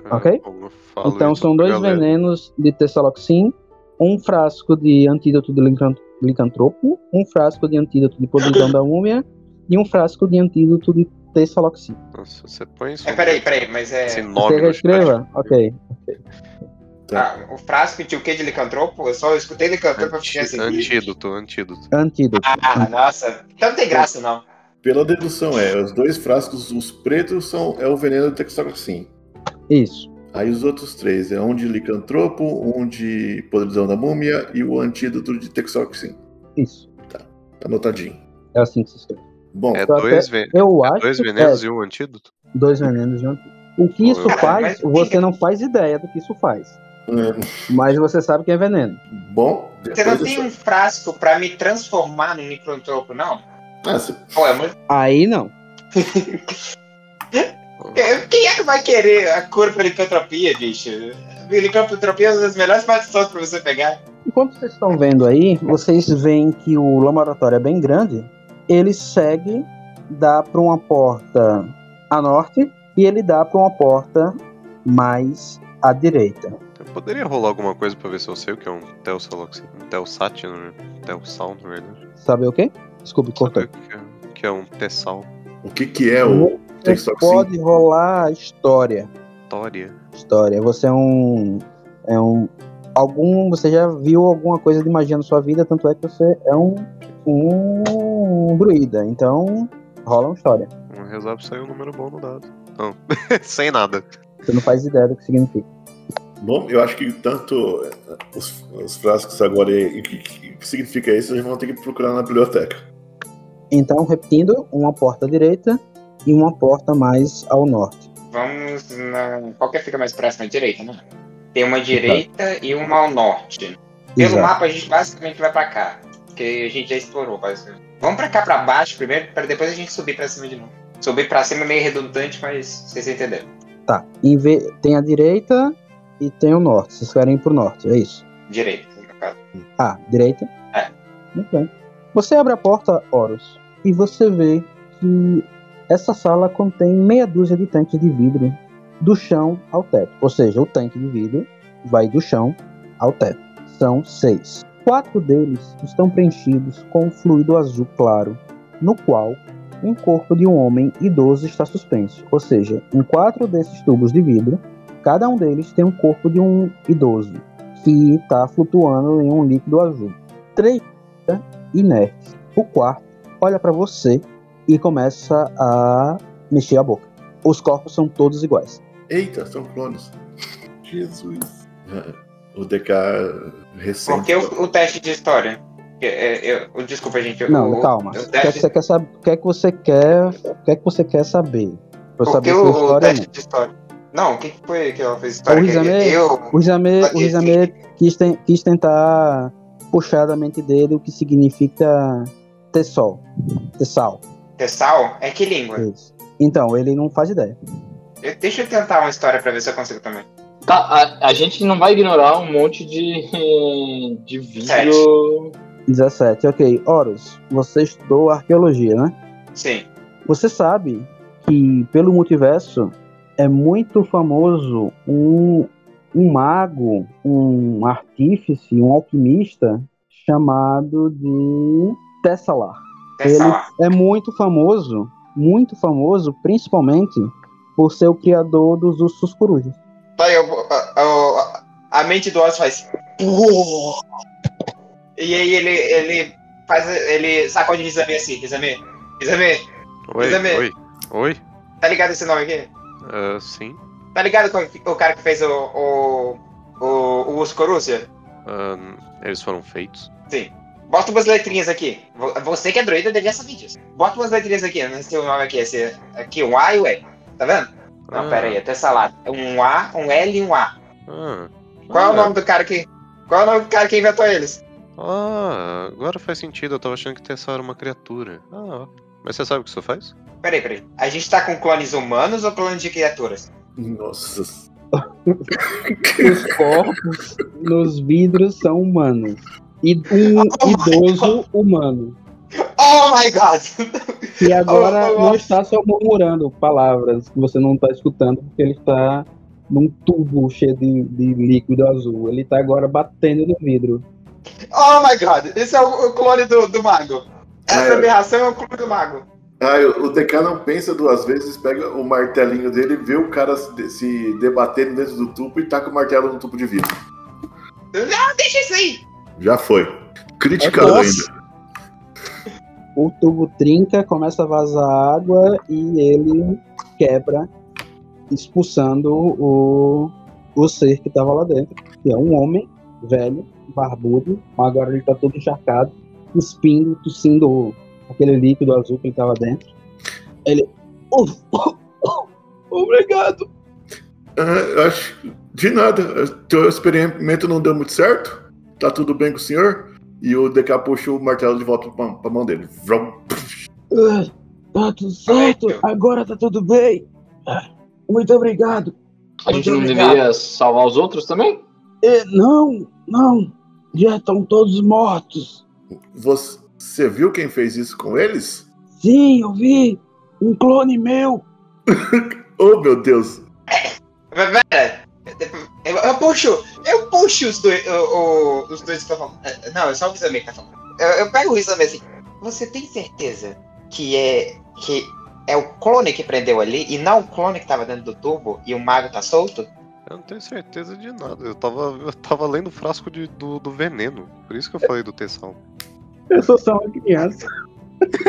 Speaker 5: Ah,
Speaker 2: Ok.
Speaker 5: bom, eu falo
Speaker 2: então
Speaker 5: isso
Speaker 2: são
Speaker 5: pra
Speaker 2: dois
Speaker 5: galera.
Speaker 2: venenos de tessaloxin, um frasco de antídoto de lican- licantropo, um frasco de antídoto de podridão da múmia e um frasco de antídoto de tessaloxin.
Speaker 5: Nossa, você põe isso.
Speaker 4: É, peraí, peraí, mas é.
Speaker 5: Esse nome
Speaker 2: Você
Speaker 5: no chat.
Speaker 2: reescreva? Ok.
Speaker 4: Ah, o frasco tinha o quê de licantropo? Eu só escutei licantropo e
Speaker 5: Anti-
Speaker 4: fiquei assim.
Speaker 5: Antídoto, antídoto.
Speaker 2: Antídoto.
Speaker 4: Ah, nossa. Então não tem graça, não.
Speaker 3: Pela dedução, é. Os dois frascos, os pretos, são é o veneno do Texacoxin.
Speaker 2: Isso.
Speaker 3: Aí os outros três, é um de licantropo, um de podridão da múmia e o antídoto de Texacoxin.
Speaker 2: Isso.
Speaker 3: Anotadinho.
Speaker 2: É assim que se escreve.
Speaker 3: Bom,
Speaker 5: É
Speaker 2: Só
Speaker 5: dois, ven...
Speaker 2: Eu acho
Speaker 5: dois
Speaker 2: que-
Speaker 5: venenos e um antídoto?
Speaker 2: é, dois venenos de um antídoto. O que isso
Speaker 5: Caralho,
Speaker 2: faz,
Speaker 4: mas-
Speaker 2: você não faz ideia do que isso faz.
Speaker 3: é,
Speaker 2: Mas você sabe que é veneno.
Speaker 3: bom.
Speaker 4: Você
Speaker 3: depois
Speaker 4: não
Speaker 3: eu
Speaker 4: tem
Speaker 3: só-
Speaker 4: um frasco pra me transformar num licantropo, não?
Speaker 3: Ah, se-
Speaker 4: Pô, é muito...
Speaker 2: Aí não.
Speaker 4: Quem é que vai querer a cura pra licantropia, bicho? Licantropia é uma das melhores partições pra você pegar.
Speaker 2: Enquanto vocês estão vendo aí, vocês veem que o laboratório é bem grande. Ele segue, dá para uma porta à norte e ele dá para uma porta mais à direita.
Speaker 5: Eu poderia rolar alguma coisa pra ver se eu sei o que é um Telsaloxin. Um Telsat, um Telsal, na verdade.
Speaker 2: Sabe o quê? Desculpe,
Speaker 5: Saber
Speaker 2: cortei.
Speaker 5: o que é- o que é um Tessal.
Speaker 3: o que que é o
Speaker 2: Você
Speaker 3: Texacoxin?
Speaker 2: pode rolar a história.
Speaker 5: História.
Speaker 2: História. Você é um, é um algum. Você já viu alguma coisa de magia na sua vida? Tanto é que você é um um druida. Então rola uma história.
Speaker 5: Vamos rezar pra sair um número bom no dado. Não, <laughs> sem nada.
Speaker 2: Você não faz ideia do que significa.
Speaker 3: Bom, eu acho que tanto eh, os, os frascos agora e e o que, que- que significa isso, a gente vai ter que procurar na biblioteca.
Speaker 2: Então, repetindo, uma porta à direita e uma porta mais ao norte.
Speaker 4: Vamos na. Qual que fica mais próxima à direita, né? Tem uma direita e uma ao norte. Pelo
Speaker 2: Exato.
Speaker 4: mapa a gente basicamente vai pra cá. Porque a gente já explorou, basicamente. Vamos pra cá pra baixo primeiro, pra depois a gente subir pra cima de novo. Subir pra cima é meio redundante, mas vocês entenderam.
Speaker 2: Tá. Em ve- Tem a direita e tem o norte. Vocês querem ir pro norte, é isso?
Speaker 4: Direita, no caso.
Speaker 2: Ah, direita?
Speaker 4: É.
Speaker 2: Muito bem. Você abre a porta, Horus, e você vê que essa sala contém meia dúzia de tanques de vidro do chão ao teto. Ou seja, o tanque de vidro vai do chão ao teto. São seis. Quatro deles estão preenchidos com um fluido azul claro, no qual um corpo de um homem idoso está suspenso. Ou seja, em quatro desses tubos de vidro, cada um deles tem um corpo de um idoso que está flutuando em um líquido azul. Três inertes. O quarto olha para você e começa a mexer a boca. Os corpos são todos iguais.
Speaker 3: Eita, são clones. Jesus. O DK recente.
Speaker 4: Por que o, o teste de história? Eu, eu, eu- desculpa, gente. eu-
Speaker 2: Não,
Speaker 4: o,
Speaker 2: calma.
Speaker 4: O
Speaker 2: O que, é que
Speaker 4: teste,
Speaker 2: você quer sab- o que é que você quer? O que é que você quer saber? Pra eu
Speaker 4: por que
Speaker 2: saber
Speaker 4: o,
Speaker 2: sua
Speaker 4: o
Speaker 2: história ou
Speaker 4: teste
Speaker 2: não.
Speaker 4: de história? Não, o que que foi que ela fez história?
Speaker 2: O Rizamé-
Speaker 4: eu,
Speaker 2: O Rizame, o
Speaker 4: Aqui,
Speaker 2: Rizame quis, ten- quis tentar puxar da mente dele o que significa ter sol, ter sal.
Speaker 4: Tessal? É que língua?
Speaker 2: Isso. Então, ele não faz ideia.
Speaker 4: Eu- deixa eu tentar uma história pra ver se eu consigo também.
Speaker 6: Tá, a, a gente não vai ignorar um monte de, <laughs> de vídeo.
Speaker 2: 17, ok. Horus, você estudou arqueologia, né?
Speaker 4: Sim.
Speaker 2: Você sabe que pelo multiverso é muito famoso um, um mago, um artífice, um alquimista chamado de Tessalar. Ele
Speaker 4: Tessal.
Speaker 2: é muito famoso, muito famoso, principalmente por ser o criador dos ursos corujas.
Speaker 4: Tá, eu, vou- a- a- a mente do Oz faz. "Pô". E aí ele, ele faz. Ele sacode o Rizame assim, Rizame. Rizame,
Speaker 5: Oi,
Speaker 4: Isabel.
Speaker 5: oi, oi.
Speaker 4: tá ligado esse nome aqui?
Speaker 5: Ah, sim.
Speaker 4: Tá ligado com o cara que fez o. o. o, o Urso Corúcia?
Speaker 5: Ah, eles foram feitos.
Speaker 4: Bota umas letrinhas aqui. Vo- Você que é droida devia saber disso. Bota umas letrinhas aqui, não sei o nome aqui, esse. Aqui, um A e um E. Tá vendo? Não,
Speaker 5: Ah,
Speaker 4: pera aí, até salada. É Um A, um L e um A.
Speaker 5: Ah,
Speaker 4: Qual é o
Speaker 5: Ah.
Speaker 4: nome do cara que. Qual é o nome do cara que inventou eles?
Speaker 5: ah, agora faz sentido. Eu tava achando que Tessa era uma criatura. Ah, ó. mas você sabe o que isso faz?
Speaker 4: Peraí, peraí. A gente tá com clones humanos ou clones de criaturas?
Speaker 3: Nossa.
Speaker 2: Os corpos nos vidros são humanos. E um idoso humano.
Speaker 4: Oh my god! <laughs>
Speaker 2: E agora
Speaker 4: Oh, oh, oh.
Speaker 2: não está só murmurando palavras que você não está escutando, porque ele está num tubo cheio de, de líquido azul. Ele está agora batendo no vidro.
Speaker 4: Oh my god! Esse é o, o clone do, do mago. Essa
Speaker 3: É.
Speaker 4: aberração é o clone do mago.
Speaker 3: Ah, o DK não pensa duas vezes, pega o martelinho dele, vê o cara se, de- se debatendo dentro do tubo e taca o martelo no tubo de vidro.
Speaker 4: Não, deixa isso aí!
Speaker 3: Já foi. Criticado
Speaker 2: Nossa.
Speaker 3: ainda.
Speaker 2: O tubo trinca, começa a vazar água e ele quebra, expulsando o, o ser que estava lá dentro, que é um homem velho, barbudo, mas agora ele está todo encharcado, cuspindo, tossindo aquele líquido azul que ele estava dentro. Ele. Obrigado!
Speaker 3: Ah, eu acho. De nada. Teu experimento não deu muito certo? Tá tudo bem com o senhor? E o DK puxou o martelo de volta pra, pra mão dele. Vrum.
Speaker 2: Ah, Tá tudo certo,
Speaker 4: Correto.
Speaker 2: agora tá tudo bem. Ah, Muito obrigado.
Speaker 6: A gente
Speaker 2: Muito
Speaker 6: não
Speaker 2: obrigado.
Speaker 6: deveria salvar os outros também?
Speaker 2: Eh, não, não, já estão todos mortos.
Speaker 3: Você, você viu quem fez isso com eles?
Speaker 2: Sim, eu vi um clone meu.
Speaker 3: Oh, meu Deus.
Speaker 4: Mas Pera! Eu, eu puxo! Eu puxo os dois. o- o- os dois que estão falando. Eh, Não, é só o Rizame que tá falando. Eu, eu pego o Rizame assim. Você tem certeza que é. que é o clone que prendeu ali e não o clone que tava dentro do tubo e o mago tá solto?
Speaker 5: Eu não tenho certeza de nada. Eu tava, eu tava lendo o frasco de- do, do veneno. Por isso que eu falei do Tessal.
Speaker 2: Eu sou só uma criança.
Speaker 5: <laughs>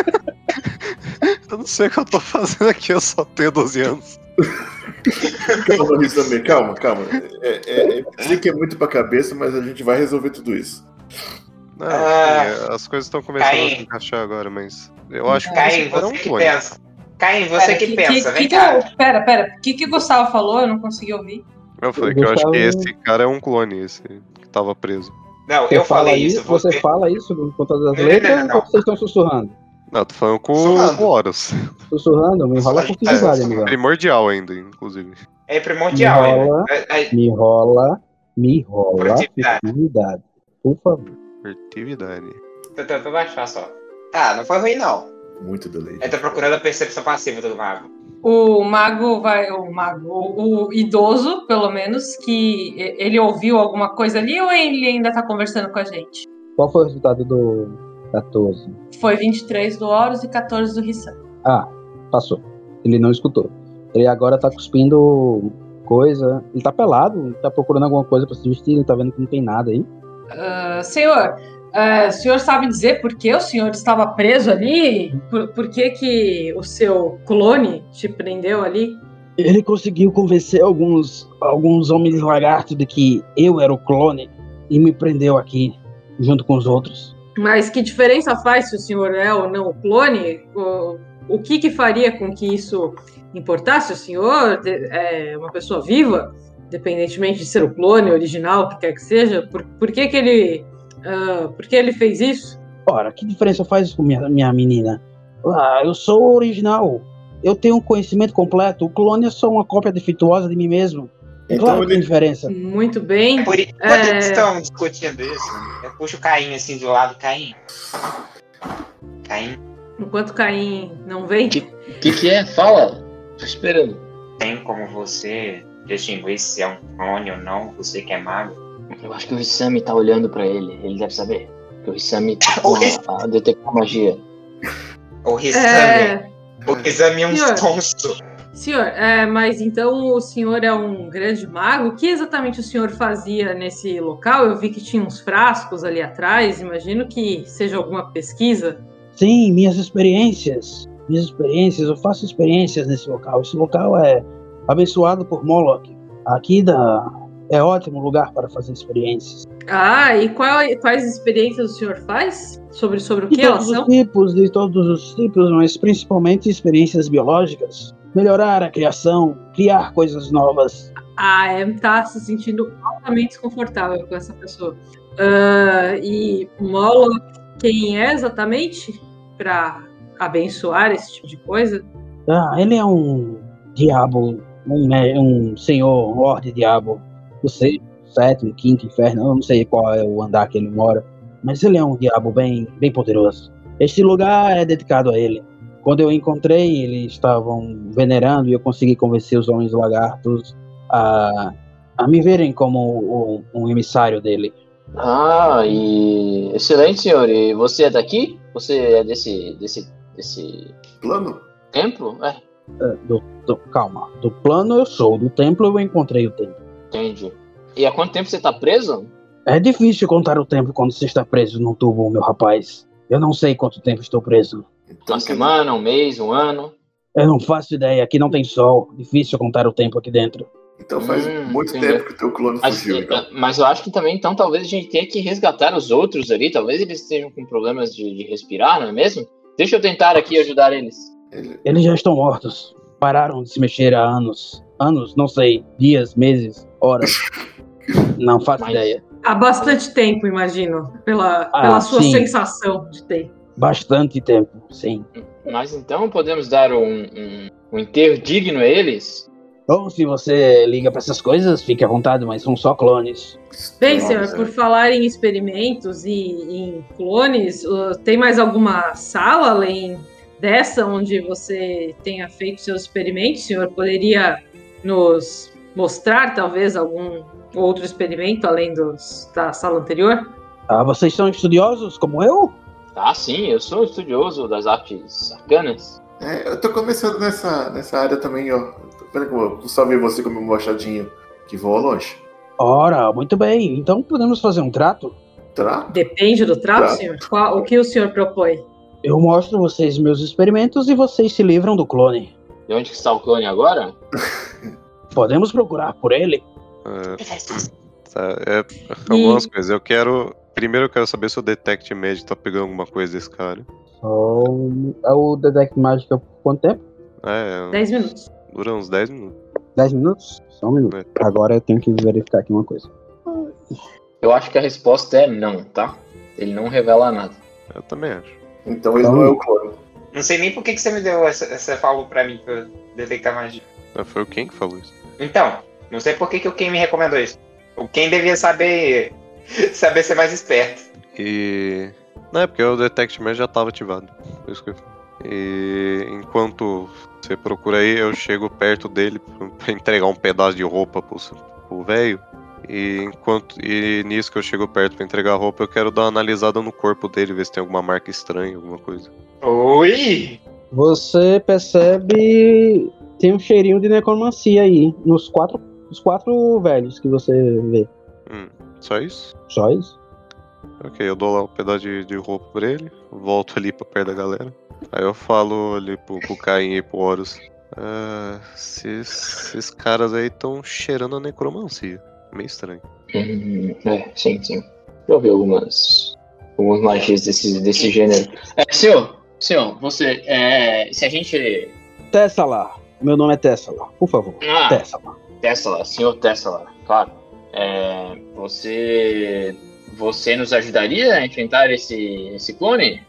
Speaker 5: Eu não sei o que eu tô fazendo aqui, eu só tenho 12 anos.
Speaker 3: Calma, <laughs> Rizame, calma, calma. É, é, é, eu sei que é muito pra cabeça, mas a gente vai resolver tudo isso.
Speaker 5: Não,
Speaker 4: Ah.
Speaker 5: sim, as coisas estão começando a
Speaker 4: Caim.
Speaker 5: se encaixar agora, mas. Eu acho que
Speaker 4: Caim,
Speaker 5: era um
Speaker 4: você que
Speaker 5: clone.
Speaker 4: pensa. Caim, você
Speaker 7: Pera,
Speaker 4: que, pensa, vem
Speaker 7: que
Speaker 4: cá.
Speaker 7: eu- pera, pera. O que, que o Gustavo falou? Eu não consegui ouvir.
Speaker 5: Eu falei
Speaker 2: Eu
Speaker 5: que eu acho que
Speaker 2: gostava-
Speaker 5: esse cara é um clone, esse que tava preso.
Speaker 4: Não,
Speaker 2: Você
Speaker 4: eu
Speaker 2: fala
Speaker 4: falei isso,
Speaker 2: você... fala isso com todas as
Speaker 4: Não,
Speaker 2: letras
Speaker 4: não, não,
Speaker 2: ou vocês estão sussurrando?
Speaker 5: Não, tô falando com
Speaker 4: Zoando.
Speaker 5: o Horus.
Speaker 2: Sussurrando? Me enrola a
Speaker 4: É,
Speaker 2: portuguesada, amigão.
Speaker 5: Primordial ainda, inclusive.
Speaker 4: É primordial,
Speaker 2: Não.
Speaker 4: né? É- é-
Speaker 2: Me rola, me rola
Speaker 4: Produtividade.
Speaker 2: festividade. Por favor.
Speaker 5: Fertividade.
Speaker 4: Tô tentando achar só. Tá, não foi ruim, não.
Speaker 3: Muito delay.
Speaker 4: Eu tô procurando a percepção passiva do mago.
Speaker 7: O mago vai. O mago. O, o idoso, pelo menos, que e- ele ouviu alguma coisa ali ou ele ainda tá conversando com a gente?
Speaker 2: Qual foi o resultado do 14?
Speaker 7: Foi 23 do Horus e 14 do Rissan.
Speaker 2: Ah, passou. Ele não escutou. Ele agora tá cuspindo coisa. Ele tá pelado, tá procurando alguma coisa pra se vestir, ele tá vendo que não tem nada aí.
Speaker 7: Ah, senhor, ah, o senhor sabe dizer por que o senhor estava preso ali? Por, por que, que o seu clone te prendeu ali?
Speaker 2: Ele conseguiu convencer alguns, alguns homens lagarto de que eu era o clone e me prendeu aqui junto com os outros.
Speaker 7: Mas que diferença faz se o senhor é ou não o clone? O, o que, que faria com que isso importasse? O senhor de- é uma pessoa viva, independentemente de ser o clone original, o que quer que seja? Por, por que, que ele. ah, por que ele fez isso?
Speaker 2: Ora, que diferença faz isso com minha, minha menina? Ah, eu sou o original. Eu tenho um conhecimento completo. O clone é só uma cópia defeituosa de mim mesmo. É
Speaker 3: Então
Speaker 2: claro que
Speaker 3: ele-
Speaker 2: tem diferença.
Speaker 7: Muito bem.
Speaker 4: Por enquanto
Speaker 7: É.
Speaker 4: eles estão discutindo isso, eu puxo o Caim assim de lado, Caim. Caim,
Speaker 7: Enquanto Caim não vem,
Speaker 6: O que, que é? Fala! Tô esperando.
Speaker 4: tem como você distinguir se é um clone ou não, você que é mago?
Speaker 6: Eu acho que o Rissami tá olhando pra ele. Ele deve saber. Que o Rissami tá
Speaker 4: O
Speaker 6: com a, a detectar magia.
Speaker 4: O Rizami,
Speaker 7: é,
Speaker 4: o Rizami é um
Speaker 7: Senhor.
Speaker 4: sonso.
Speaker 7: senhor, é, mas então o senhor é um grande mago? O que exatamente o senhor fazia nesse local? Eu vi que tinha uns frascos ali atrás, imagino que seja alguma pesquisa.
Speaker 2: Sim, minhas experiências. Minhas experiências, eu faço experiências nesse local. Esse local é abençoado por Moloch. Aqui da... é ótimo lugar para fazer experiências.
Speaker 7: Ah, e qual- quais experiências o senhor faz? Sobre, sobre o
Speaker 2: De
Speaker 7: que elas
Speaker 2: todos os
Speaker 7: são?
Speaker 2: tipos, de todos os tipos, mas principalmente experiências biológicas. Melhorar a criação, criar coisas novas.
Speaker 7: A Em tá se sentindo altamente desconfortável com essa pessoa. Ah, e Moloch, quem é exatamente para abençoar esse tipo de coisa?
Speaker 2: Ah, ele é um diabo, um, me- um senhor, um lorde diabo. Não sei, sétimo, quinto inferno, eu não sei qual é o andar que ele mora. Mas ele é um diabo bem, bem poderoso. Este lugar é dedicado a ele. Quando eu encontrei, eles estavam venerando e eu consegui convencer os homens lagartos a, a me verem como um, um emissário dele.
Speaker 6: Ah, e. Excelente, senhor. E você é daqui? Você é desse. desse. desse.
Speaker 3: Plano?
Speaker 6: templo? É,
Speaker 2: É, do- do- calma, do plano eu sou, do templo eu encontrei o templo.
Speaker 6: entendi. E há quanto tempo você tá preso?
Speaker 2: É difícil contar o tempo quando você está preso num tubo, meu rapaz. Eu não sei quanto tempo estou preso.
Speaker 3: Então,
Speaker 6: Uma semana, um mês, um ano?
Speaker 2: Eu não faço ideia, aqui não tem sol. Difícil contar o tempo aqui dentro.
Speaker 3: então faz
Speaker 6: Hum,
Speaker 3: muito
Speaker 6: entendi.
Speaker 3: tempo que o teu clone
Speaker 6: Mas,
Speaker 3: fugiu, então.
Speaker 6: mas eu acho que também, então, talvez a gente tenha que resgatar os outros ali. Talvez eles estejam com problemas de, de respirar, não é mesmo? Deixa eu tentar aqui ajudar eles.
Speaker 3: Ele-
Speaker 2: Eles já estão mortos. Pararam de se mexer há anos. Anos, não sei, dias, meses, horas. Não faço
Speaker 6: Mas-
Speaker 2: ideia.
Speaker 7: Há bastante tempo, imagino, pela,
Speaker 2: Ah,
Speaker 7: pela sua
Speaker 2: sim.
Speaker 7: sensação de tempo.
Speaker 2: Bastante tempo, sim.
Speaker 6: Mas então podemos dar um, um, um enterro digno a eles?
Speaker 2: Ou se você liga para essas coisas, fique à vontade, mas são só clones.
Speaker 7: Bem,
Speaker 3: Nossa.
Speaker 7: senhor, por falar em experimentos e em clones, uh, tem mais alguma sala além dessa onde você tenha feito seus experimentos? O senhor poderia nos mostrar, talvez, algum outro experimento além dos, da sala anterior?
Speaker 2: Ah, vocês são estudiosos como eu?
Speaker 6: Ah, sim, eu sou estudioso das artes arcanas.
Speaker 3: É, eu tô começando nessa, nessa área também, ó. Tô vendo como eu só vi você como um machadinho que voa longe.
Speaker 2: Ora, muito bem. Então podemos fazer um trato?
Speaker 3: Tá?
Speaker 7: Depende do trato,
Speaker 3: Tá.
Speaker 7: senhor. Qual- o que o senhor propõe?
Speaker 2: Eu mostro vocês meus experimentos e vocês se livram do clone.
Speaker 6: De onde que está o clone agora?
Speaker 2: Podemos procurar por ele?
Speaker 5: É, tá, é algumas coisas. Eu quero. Primeiro eu quero saber se o Detect Magic tá pegando alguma coisa desse cara.
Speaker 2: Então, é Só o Detect Magic por quanto tempo?
Speaker 5: É,
Speaker 7: 10 minutos.
Speaker 5: dura uns 10 minutos.
Speaker 2: 10 minutos? Só um minuto. Agora eu tenho que verificar aqui uma coisa.
Speaker 6: Eu acho que a resposta é não, tá? Ele não revela nada.
Speaker 5: Eu também acho.
Speaker 3: Então ele não é o clone.
Speaker 4: Não sei nem por que, que você me deu essa, essa falo pra mim pra eu detectar magia.
Speaker 5: Mas Foi o Ken que falou isso.
Speaker 4: Então, não sei por que, que o Ken me recomendou isso. O Ken devia saber saber ser mais esperto.
Speaker 5: E. Não, é porque o Detect Magic já tava ativado. Por isso que eu E enquanto você procura aí, eu chego perto dele <laughs> pra pra entregar um pedaço de roupa pro s- pro velho. E enquanto. E nisso que eu chego perto pra entregar a roupa, eu quero dar uma analisada no corpo dele, ver se tem alguma marca estranha, alguma coisa.
Speaker 4: Oi!
Speaker 2: Você percebe. Tem um cheirinho de necromancia aí. Nos quatro, os quatro velhos que você vê.
Speaker 5: Só isso?
Speaker 2: Só isso?
Speaker 5: Ok, eu dou lá um pedaço de, de roupa pra ele, volto ali pra perto da galera. Aí eu falo ali pro, pro Caim e pro Horus. "Ah, esses, esses caras aí estão cheirando a necromancia. Meio estranho.
Speaker 6: Hum, é, sim, sim. Já vi algumas. Alguns magias desse, desse gênero. É, senhor, senhor, você. É, se a gente.
Speaker 2: Tessala. Meu nome é Tessala. Por favor.
Speaker 6: Ah,
Speaker 2: Tessala.
Speaker 6: Tesla, senhor Tesla, claro. É, você. Você nos ajudaria a enfrentar esse, esse clone?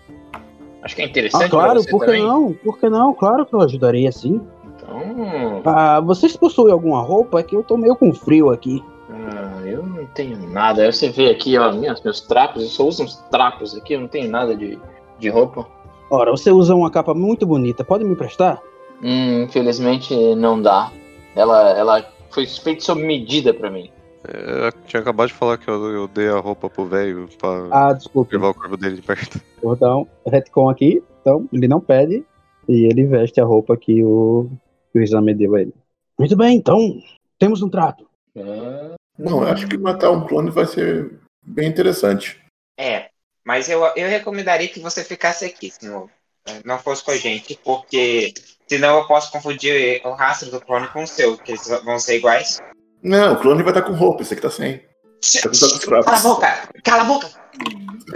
Speaker 6: Acho que é interessante.
Speaker 2: Ah,
Speaker 6: pra
Speaker 2: claro,
Speaker 6: você
Speaker 2: por que
Speaker 6: também.
Speaker 2: não? Por que não? Claro que eu ajudaria sim.
Speaker 6: Então.
Speaker 2: Ah, vocês possuem alguma roupa? É que eu tô meio com frio aqui.
Speaker 6: ah, eu não tenho nada. Aí você vê aqui, ó, minhas, meus trapos, eu só uso uns trapos aqui, eu não tenho nada de, de roupa.
Speaker 2: Ora, você usa uma capa muito bonita. Pode me emprestar?
Speaker 6: Hum, infelizmente não dá. Ela, ela foi feita sob medida pra mim.
Speaker 5: É, Eu tinha acabado de falar que eu, eu dei a roupa pro velho pra
Speaker 2: Ah, desculpe.
Speaker 5: observar o corpo dele de perto.
Speaker 2: Vou dar um retcon aqui. Então, ele não pede e ele veste a roupa que o, que o exame deu a ele. Muito bem, então, temos um trato.
Speaker 6: Ah,
Speaker 3: Não, eu acho que matar um clone vai ser bem interessante.
Speaker 4: É, mas eu, eu recomendaria que você ficasse aqui, senhor. Não fosse com a gente, porque senão eu posso confundir o rastro do clone com o seu, que eles vão ser iguais.
Speaker 3: Não, o clone vai estar com roupa, esse aqui tá sem. Tá precisando dos
Speaker 4: Cala a
Speaker 3: trapos.
Speaker 4: boca! Cala a boca!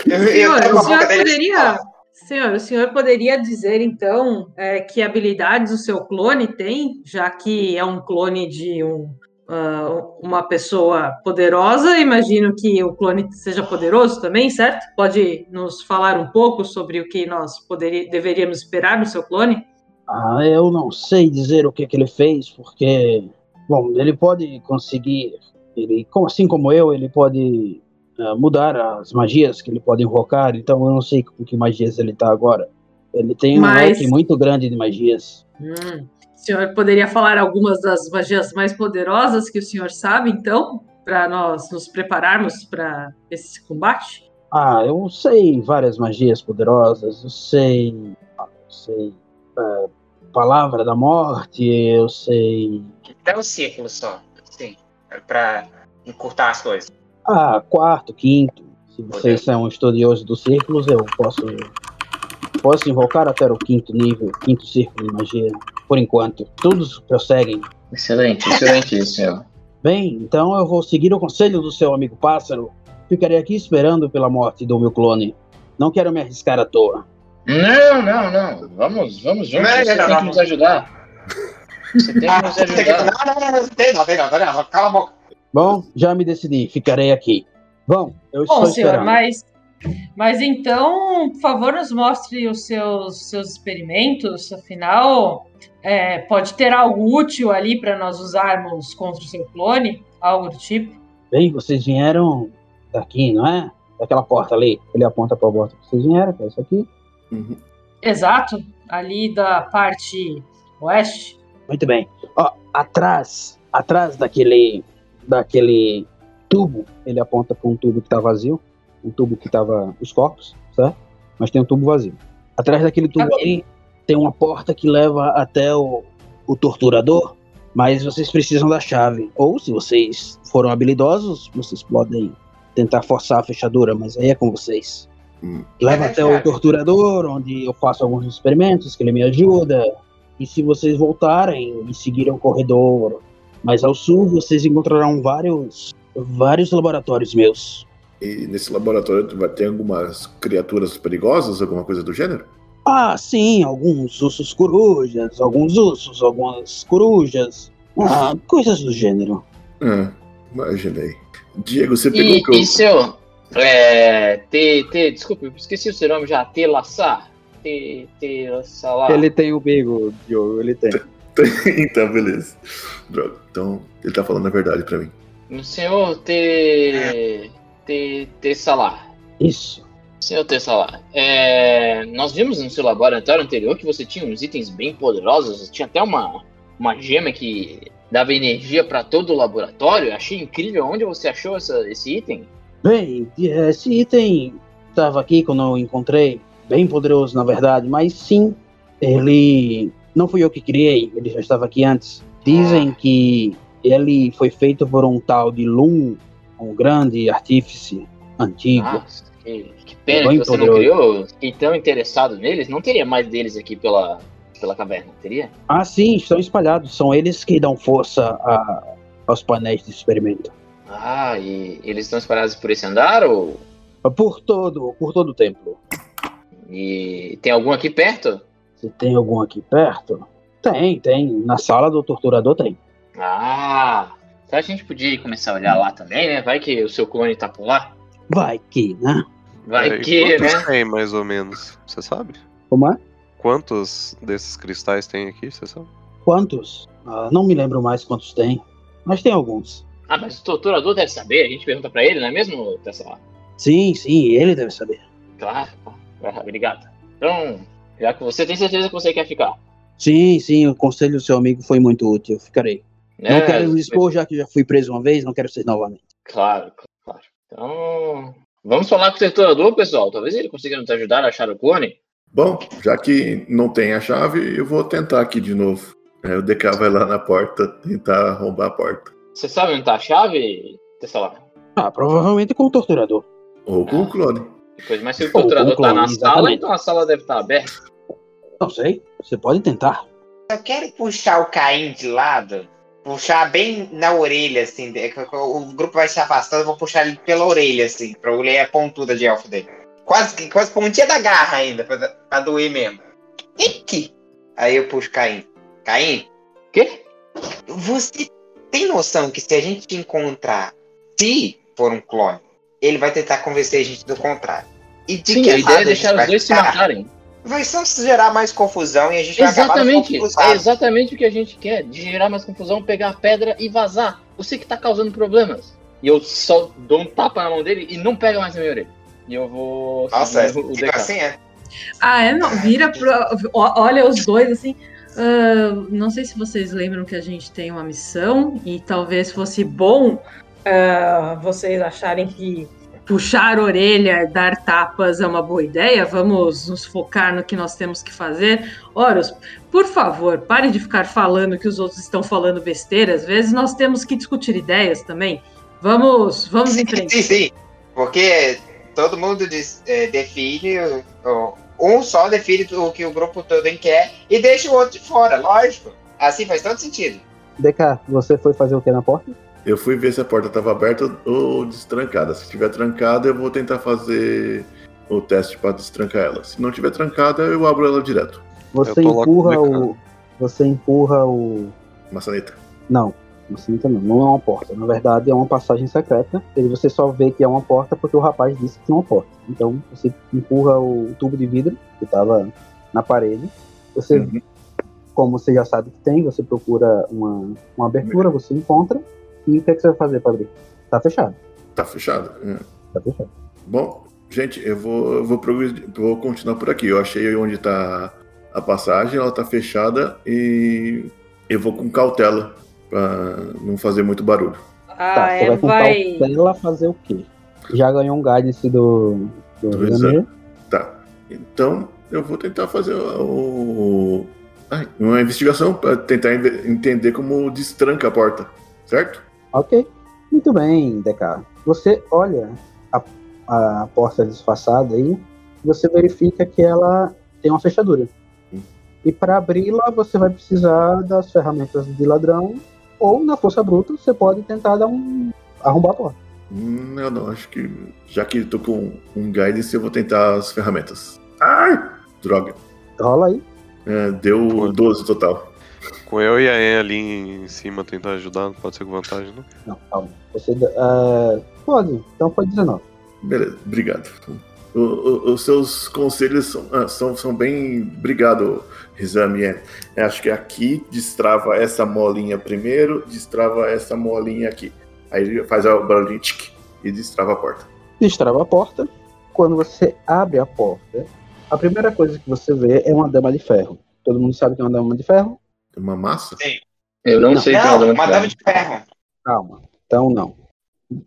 Speaker 4: Eu, eu
Speaker 7: Senhor,
Speaker 4: pego
Speaker 7: o
Speaker 4: a boca
Speaker 7: senhor
Speaker 4: dele.
Speaker 7: poderia. Senhor, o senhor poderia dizer então é, que habilidades o seu clone tem, já que é um clone de um, ah, uma pessoa poderosa? Imagino que o clone seja poderoso também, certo? Pode nos falar um pouco sobre o que nós poderi- deveríamos esperar do seu clone?
Speaker 2: Ah, eu não sei dizer o que, que ele fez, porque, bom, ele pode conseguir, ele, como- assim como eu, ele pode ah, mudar as magias que ele pode invocar, então eu não sei com que magias ele tá agora. Ele tem um
Speaker 7: Mas-
Speaker 2: leque muito grande de magias.
Speaker 7: Hum, O senhor poderia falar algumas das magias mais poderosas que o senhor sabe, então, para nós nos prepararmos para esse combate?
Speaker 2: Ah, eu sei várias magias poderosas, eu sei. ah, Eu sei. ah, palavra da morte, eu sei.
Speaker 4: Dá um círculo só, sim, pra encurtar as coisas.
Speaker 2: Ah, quarto, quinto. Se vocês são estudiosos dos círculos, eu posso. Posso invocar até o quinto nível, quinto círculo de magia, por enquanto. Todos prosseguem.
Speaker 6: Excelente, excelente, senhor.
Speaker 2: Bem, então eu vou seguir o conselho do seu amigo pássaro. Ficarei aqui esperando pela morte do meu clone. Não quero me arriscar à toa.
Speaker 6: Não, não, não. Vamos, vamos juntos.
Speaker 4: Não, não,
Speaker 6: Você
Speaker 4: não,
Speaker 6: tem que
Speaker 4: não.
Speaker 6: nos ajudar. Você tem que
Speaker 4: <laughs>
Speaker 6: nos ajudar.
Speaker 4: Não, não, não, não, tem não, tem não, tem não, cala a boca.
Speaker 2: Bom, já me decidi, ficarei aqui. Bom, eu estou
Speaker 7: Bom, senhor,
Speaker 2: esperando.
Speaker 7: mas, mas então, por favor, nos mostre os seus, seus experimentos. Afinal, é, pode ter algo útil ali para nós usarmos contra o seu clone, algo do tipo.
Speaker 2: Bem, vocês vieram daqui, não é? Daquela porta ali. Ele aponta para a porta que vocês vieram, que é isso aqui.
Speaker 3: Uhum.
Speaker 7: Exato, ali da parte oeste.
Speaker 2: Muito bem. Ó, atrás, atrás daquele, daquele tubo, ele aponta para um tubo que está vazio, um tubo que tava os corpos, certo? Mas tem um tubo vazio. Atrás daquele tubo ali tem uma porta que leva até o, o torturador, mas vocês precisam da chave. Ou se vocês foram habilidosos, vocês podem tentar forçar a fechadura, mas aí é com vocês.
Speaker 3: Hum.
Speaker 2: Leva
Speaker 4: Cadê a
Speaker 2: até o
Speaker 4: chave?
Speaker 2: torturador, onde eu faço alguns experimentos, que ele me ajuda. E se vocês voltarem e seguirem o corredor mais ao sul, vocês encontrarão vários, vários laboratórios meus.
Speaker 3: E nesse laboratório vai ter algumas criaturas perigosas, alguma coisa do gênero?
Speaker 2: Ah, sim, alguns ursos corujas, alguns ursos, algumas corujas. Ah, coisas do gênero.
Speaker 3: Ah, imaginei. Diego, você pegou
Speaker 6: E,
Speaker 3: o que eu.
Speaker 6: e seu. É. Te, te, desculpa, eu esqueci o seu nome já. Te laçar. Te, te laçar lá.
Speaker 2: Ele tem o bigo, Diogo, ele tem.
Speaker 3: <laughs> então, beleza. Droga. Então, ele tá falando a verdade pra mim.
Speaker 6: O senhor te. Te, te salar.
Speaker 2: Isso.
Speaker 6: Senhor Tessalá, é, nós vimos no seu laboratório anterior que você tinha uns itens bem poderosos, você tinha até uma, uma gema que dava energia para todo o laboratório. Eu Achei incrível onde você achou essa- esse item.
Speaker 2: Bem, eh, esse item estava aqui quando eu encontrei, bem poderoso na verdade, mas sim, ele não fui eu que criei, ele já estava aqui antes. Dizem que ele foi feito por um tal de Lum, um grande artífice antigo.
Speaker 6: Nossa, Ah, que, que pena
Speaker 2: Bem
Speaker 6: que você não
Speaker 2: poderoso.
Speaker 6: criou. Eu Fiquei tão interessado neles. Não teria mais deles aqui pela, pela caverna, teria?
Speaker 2: Ah, sim, estão espalhados. São eles que dão força a- aos painéis de experimento.
Speaker 6: Ah, e eles estão espalhados por esse andar ou.
Speaker 2: Por todo, por todo o templo.
Speaker 6: E tem algum aqui perto?
Speaker 2: Se tem algum aqui perto? Tem, tem. Na sala do torturador tem.
Speaker 6: Ah, será que a gente podia começar a olhar lá também, né? Vai que o seu clone tá por lá.
Speaker 2: Vai que, né?
Speaker 6: Vai
Speaker 5: É, e
Speaker 6: que,
Speaker 5: quantos
Speaker 6: né?
Speaker 5: tem, mais ou menos? Você sabe?
Speaker 2: Como é?
Speaker 5: Quantos desses cristais tem aqui, você sabe?
Speaker 2: Quantos? Ah, não me lembro mais quantos tem. Mas tem alguns.
Speaker 6: Ah, mas o torturador deve saber, a gente pergunta pra ele, não é mesmo, Tessa?
Speaker 2: Sim, sim, ele deve saber.
Speaker 6: Claro, claro. obrigado. Então, já que você tem certeza que você quer ficar.
Speaker 2: Sim, sim, o conselho do seu amigo foi muito útil. Eu ficarei.
Speaker 6: né?
Speaker 2: não quero me expor, já que eu já fui preso uma vez, não quero ser novamente.
Speaker 6: Claro, claro. Então, vamos falar com o torturador, pessoal. Talvez ele consiga nos ajudar a achar o clone.
Speaker 3: Bom, já que não tem a chave, eu vou tentar aqui de novo. Aí o DK vai lá na porta tentar arrombar a porta.
Speaker 6: Você sabe onde tá a chave, Tessa?
Speaker 2: Ah, provavelmente com o torturador.
Speaker 3: Ou com o clone.
Speaker 6: Depois, mas se o
Speaker 2: Ou com
Speaker 6: torturador tá
Speaker 2: clone,
Speaker 6: na sala,
Speaker 2: exatamente.
Speaker 6: então a sala deve estar aberta.
Speaker 2: Não sei, você pode tentar.
Speaker 4: Eu quero puxar o Caim de lado, puxar bem na orelha, assim. de- que O o grupo vai se afastando, eu vou puxar ele pela orelha, assim, pra olhar a pontuda de elfo dele. Quase, que- quase pontinha da garra ainda, pra, pra doer mesmo. Ike! Aí eu puxo Caim. Caim?
Speaker 6: Quê?
Speaker 4: Você tem noção que se a gente te encontrar, se for um clone, ele vai tentar convencer a gente do contrário. E de
Speaker 6: Sim,
Speaker 4: que
Speaker 6: a
Speaker 4: lado
Speaker 6: ideia é
Speaker 4: gente
Speaker 6: deixar os
Speaker 4: vai
Speaker 6: dois se
Speaker 4: ficar?
Speaker 6: matarem.
Speaker 4: Vai só gerar mais confusão e a gente vai acabar no
Speaker 6: Exatamente,
Speaker 4: fogo
Speaker 6: é
Speaker 4: cruzado.
Speaker 6: exatamente o que a gente quer, de gerar mais confusão, pegar a pedra e vazar. Você que tá causando problemas. E eu só dou um tapa na mão dele e não pega mais na minha orelha. E eu vou
Speaker 4: Nossa,
Speaker 6: seguir o
Speaker 4: fica
Speaker 6: DK.
Speaker 4: assim, é?
Speaker 8: Ah, é? Não, vira pra. ó- Olha os dois assim. ah, não sei se vocês lembram que a gente tem uma missão e talvez fosse bom ah, vocês acharem que puxar a orelha, dar tapas é uma boa ideia. Vamos nos focar no que nós temos que fazer. Horus, por favor, pare de ficar falando que os outros estão falando besteira. Às vezes nós temos que discutir ideias também. Vamos, vamos em
Speaker 4: Sim,
Speaker 8: frente.
Speaker 4: sim. Porque todo mundo diz, é, define, o- o- um só define o que o grupo todo quer e deixa o outro de fora, lógico. Assim faz todo sentido.
Speaker 2: DK, você foi fazer o que na porta?
Speaker 3: Eu fui ver se a porta estava aberta ou destrancada. Se tiver trancada, eu vou tentar fazer o teste para destrancar ela. Se não tiver trancada, eu abro ela direto.
Speaker 2: Você
Speaker 5: Eu tô lá com
Speaker 2: empurra
Speaker 5: o DK.
Speaker 2: o. Você empurra o.
Speaker 3: Maçaneta.
Speaker 2: Não, você não, não é uma porta. Na verdade, é uma passagem secreta. E você só vê que é uma porta porque o rapaz disse que é uma porta. Então, você empurra o tubo de vidro que estava na parede. Você,
Speaker 3: Uhum.
Speaker 2: como você já sabe que tem, você procura uma, uma abertura, você encontra. E o que, é que você vai fazer para abrir? Tá fechado.
Speaker 3: Tá fechado. Hum.
Speaker 2: Tá fechado.
Speaker 3: Bom, gente, eu vou, eu vou, progredir- vou continuar por aqui. Eu achei onde tá a passagem, ela tá fechada e eu vou com cautela pra não fazer muito barulho.
Speaker 7: Ah,
Speaker 2: tá, você
Speaker 7: é,
Speaker 2: vai com
Speaker 7: vai.
Speaker 2: cautela fazer o quê? Já ganhou um guidance do. Do,
Speaker 3: Do
Speaker 2: Ramiro.
Speaker 3: Tá. Então, eu vou tentar fazer o, o- ai, uma investigação pra tentar ente- entender como destranca a porta, certo?
Speaker 2: Ok. Muito bem, DK. Você olha a, a porta disfarçada aí, você verifica que ela tem uma fechadura. E para abri-la, você vai precisar das ferramentas de ladrão, ou na força bruta, você pode tentar dar um. arrombar a porta.
Speaker 3: Hum, eu não, acho que já que tô com um guidance, eu vou tentar as ferramentas. Ai! Droga.
Speaker 2: Rola aí.
Speaker 3: É, deu 12 total.
Speaker 5: Com eu e a Anne ali em cima tentar ajudar, não pode ser com vantagem, não?
Speaker 2: Não, calma. Você. ah, pode, então foi 19.
Speaker 3: Beleza, obrigado. O- o- os seus conselhos são, ah, são, são bem. Obrigado, Rizamien. Acho que aqui destrava essa molinha primeiro, destrava essa molinha aqui. Aí ele faz o barulhinho tic, e destrava a porta.
Speaker 2: Destrava a porta. Quando você abre a porta, a primeira coisa que você vê é uma dama de ferro. Todo mundo sabe que é uma dama de ferro?
Speaker 3: Uma massa?
Speaker 6: Eu não,
Speaker 2: Não.
Speaker 6: sei é como
Speaker 4: Não,
Speaker 6: ela
Speaker 4: uma
Speaker 6: vai
Speaker 4: dama
Speaker 6: ficar.
Speaker 4: de ferro.
Speaker 2: Calma. Então, não.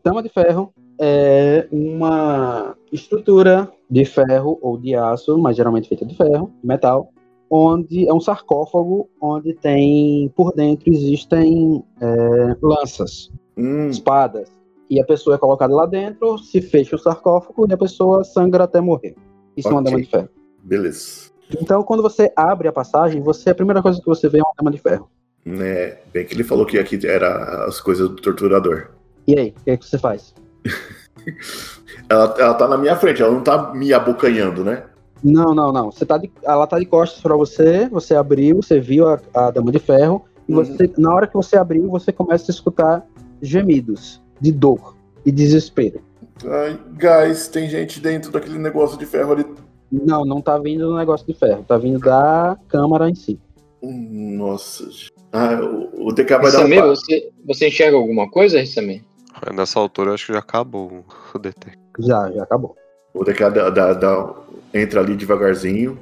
Speaker 2: Dama de ferro é uma estrutura de ferro ou de aço, mas geralmente feita de ferro, de metal, onde é um sarcófago onde tem, por dentro, existem é, lanças,
Speaker 3: Hum,
Speaker 2: espadas. E a pessoa é colocada lá dentro, se fecha o sarcófago e a pessoa sangra até morrer. Isso é uma
Speaker 3: Ok.
Speaker 2: dama de ferro.
Speaker 3: beleza.
Speaker 2: Então, quando você abre a passagem, você a primeira coisa que você vê é uma dama de ferro.
Speaker 3: É, bem que ele falou que aqui era as coisas do torturador.
Speaker 2: E aí, o que, é que você faz?
Speaker 3: Ela, ela tá na minha frente, ela não tá me abocanhando, né?
Speaker 2: Não, não, não. Você tá de, ela tá de costas pra você, você abriu, você viu a, a dama de ferro, e você, na hora que você abriu, você começa a escutar gemidos de dor e desespero.
Speaker 3: Ai, guys, tem gente dentro daquele negócio de ferro ali.
Speaker 2: Não, não tá vindo do negócio de ferro, tá vindo da câmara em si.
Speaker 3: Hum, Nossa. gente. Ah, o, o DK vai dar
Speaker 8: é
Speaker 3: um
Speaker 6: Rissamir,
Speaker 3: pa-
Speaker 6: você, você enxerga alguma coisa, Rissamir?
Speaker 5: Aí, Nessa altura eu acho que já acabou o <laughs> detect.
Speaker 2: Já, já acabou.
Speaker 3: O DK dá, dá- dá- um, entra ali devagarzinho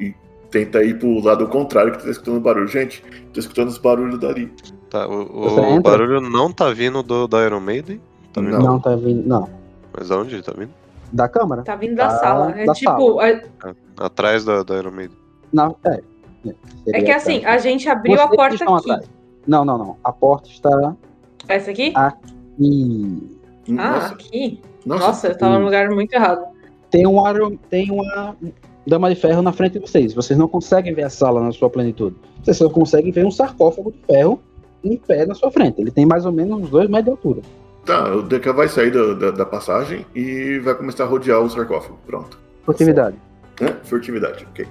Speaker 3: e tenta ir pro lado contrário que tá escutando barulho. Gente, tô escutando os barulhos dali.
Speaker 5: Tá, o,
Speaker 2: Você
Speaker 5: o
Speaker 2: entra?
Speaker 5: barulho não tá vindo do, da Iron Maiden? Tá vindo?
Speaker 2: Não. tá vindo, não.
Speaker 5: Mas da onde tá vindo?
Speaker 2: Da câmara?
Speaker 8: Tá vindo da
Speaker 2: Tá,
Speaker 8: sala. É
Speaker 2: da
Speaker 8: tipo. a-
Speaker 5: Ah, Atrás da, da Iron Maiden.
Speaker 2: Na, é. É,
Speaker 8: é
Speaker 2: seria
Speaker 8: que assim,
Speaker 2: câmara.
Speaker 8: a gente abriu
Speaker 2: Vocês
Speaker 8: a porta
Speaker 2: estão
Speaker 8: aqui.
Speaker 2: atrás. Não, não, não. A porta está
Speaker 8: Essa aqui?
Speaker 2: Ah, em
Speaker 3: Hum,
Speaker 8: Ah,
Speaker 3: Nossa,
Speaker 8: aqui?
Speaker 3: nossa.
Speaker 8: Nossa, eu tava
Speaker 2: Hum.
Speaker 8: no lugar muito errado.
Speaker 2: tem um aro- tem uma dama de ferro na frente de vocês. Vocês não conseguem ver a sala na sua plenitude. Vocês só conseguem ver um sarcófago de ferro em pé na sua frente. Ele tem mais ou menos uns dois metros de altura.
Speaker 3: Tá, o DK vai sair da, da- da passagem e vai começar a rodear o sarcófago. Pronto.
Speaker 2: Furtividade.
Speaker 3: Hã? Furtividade, ok.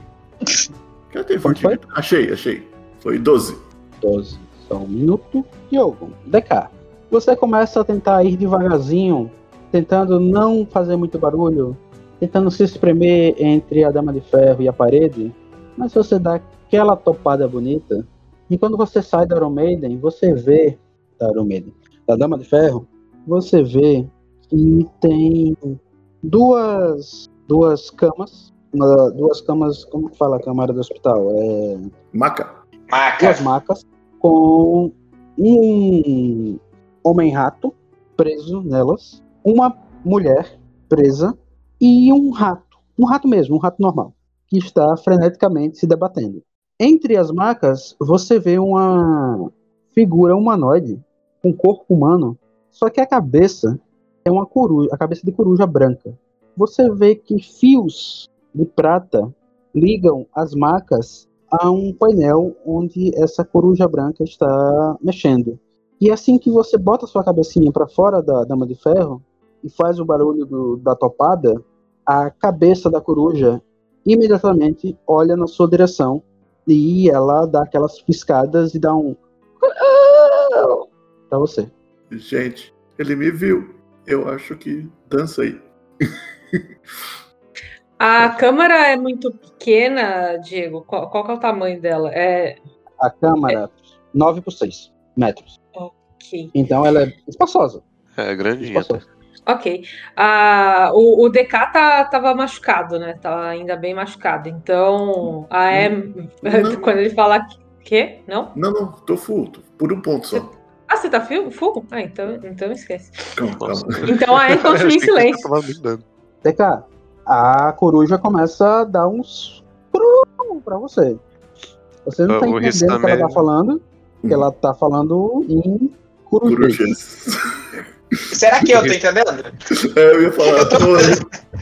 Speaker 3: Já tem
Speaker 2: Quanto
Speaker 3: furtividade. Achei, achei. Foi 12.
Speaker 2: 12. Só um minuto. Diogo, DK. Você começa a tentar ir devagarzinho, tentando não fazer muito barulho, tentando se espremer entre a dama de ferro e a parede. Mas você dá aquela topada bonita. E quando você sai da Iron Maiden, você vê. Da Iron Maiden. Da Dama de Ferro, você vê que tem duas. duas camas. uma- Duas camas. Como que fala a câmara do hospital? É
Speaker 3: Maca.
Speaker 4: Maca.
Speaker 2: duas macas com um homem-rato preso nelas, uma mulher presa e um rato, um rato mesmo, um rato normal, que está freneticamente se debatendo. Entre as macas, você vê uma figura humanoide com corpo humano, só que a cabeça é uma coruja, a cabeça de coruja branca. Você vê que fios de prata ligam as macas há um painel onde essa coruja branca está mexendo. E assim que você bota sua cabecinha para fora da dama de ferro e faz o barulho do- da topada, a cabeça da coruja imediatamente olha na sua direção e ela dá aquelas piscadas e dá um para você.
Speaker 3: Gente, ele me viu. Eu acho que dança aí.
Speaker 8: A câmara é muito pequena, Diego. Qual, qual que é o tamanho dela? É.
Speaker 2: A câmara 9 por 6 metros.
Speaker 8: Ok.
Speaker 2: Então ela é espaçosa.
Speaker 5: É, grandinha. até.
Speaker 2: espaçosa.
Speaker 8: Ok. Ah, o, o DK tá, tava machucado, né? Tava ainda bem machucado. Então. A Em.
Speaker 3: Não.
Speaker 8: <laughs> quando ele falar. Quê? Não?
Speaker 3: Não, não, tô full. tô- Por um ponto só.
Speaker 8: Ah, você tá full? full? Ah, então, então esquece.
Speaker 3: Calma,
Speaker 5: Nossa.
Speaker 3: calma. é
Speaker 8: Então a Em
Speaker 5: <laughs> Eu achei
Speaker 8: continua
Speaker 5: que
Speaker 8: em
Speaker 5: você
Speaker 8: silêncio.
Speaker 5: tava me dando.
Speaker 2: TK, a coruja começa a dar uns cru pra você. Você não
Speaker 5: Ah,
Speaker 2: tá
Speaker 5: o
Speaker 2: entendendo o que
Speaker 5: Ristamé-
Speaker 2: ela tá falando, que ela tá falando em coruja.
Speaker 3: Corujas.
Speaker 4: Será que eu tô
Speaker 3: <laughs>
Speaker 4: entendendo?
Speaker 3: É, eu ia falar, pô,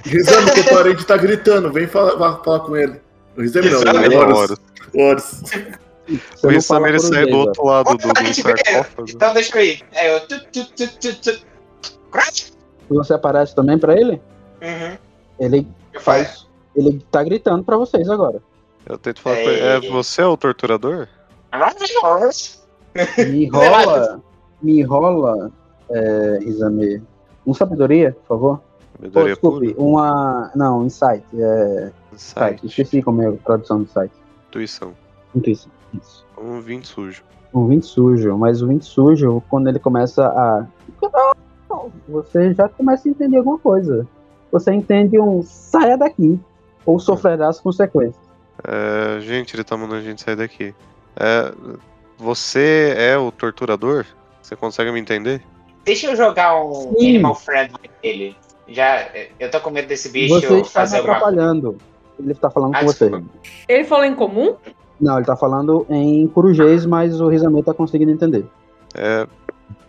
Speaker 3: Rizame, teu parente tá gritando, vem falar, vá falar com ele. O Rizame não, é
Speaker 4: Rizame,
Speaker 3: o Horus. O Horus.
Speaker 2: Você
Speaker 5: O
Speaker 2: não
Speaker 5: Issam
Speaker 2: fala
Speaker 5: ele saiu do
Speaker 2: corujeira.
Speaker 5: outro lado do, do
Speaker 8: <laughs>
Speaker 5: sarcófago.
Speaker 4: Então deixa eu ir. É, eu. Tu, tu, tu, tu, tu. Crash!
Speaker 2: E você aparece também pra ele?
Speaker 4: Uhum.
Speaker 2: Ele
Speaker 5: É.
Speaker 4: Eu falo.
Speaker 2: faz. Ele tá gritando pra vocês agora.
Speaker 5: Eu tento falar com ele. É você é o torturador? <laughs>
Speaker 2: Me rola, me rola, é, exame. Um sabedoria, por favor? Pô,
Speaker 5: Sabedoria
Speaker 2: desculpe,
Speaker 5: pura?
Speaker 2: uma. Não, um insight. É, insight.
Speaker 5: Insight.
Speaker 2: Esqueci como é a tradução do site.
Speaker 5: Intuição.
Speaker 2: Intuição. Isso.
Speaker 5: Um 20 sujo.
Speaker 2: um 20 sujo, mas o 20 sujo, quando ele começa a. Você já começa a entender alguma coisa. Você entende um saia daqui, ou sofrerá as consequências.
Speaker 5: É, gente, ele tá mandando a gente sair daqui. É, você é o torturador? Você consegue me entender?
Speaker 4: Deixa eu jogar um
Speaker 2: Sim.
Speaker 4: Animal Friendly nele. Já, é, eu tô com medo desse bicho
Speaker 2: Você está se
Speaker 4: fazer alguma coisa.
Speaker 2: atrapalhando. Ele está falando
Speaker 4: Ah,
Speaker 2: com você.
Speaker 7: Ele falou em comum?
Speaker 2: Não, ele está falando em corujês, mas o Rizame está conseguindo entender.
Speaker 5: É,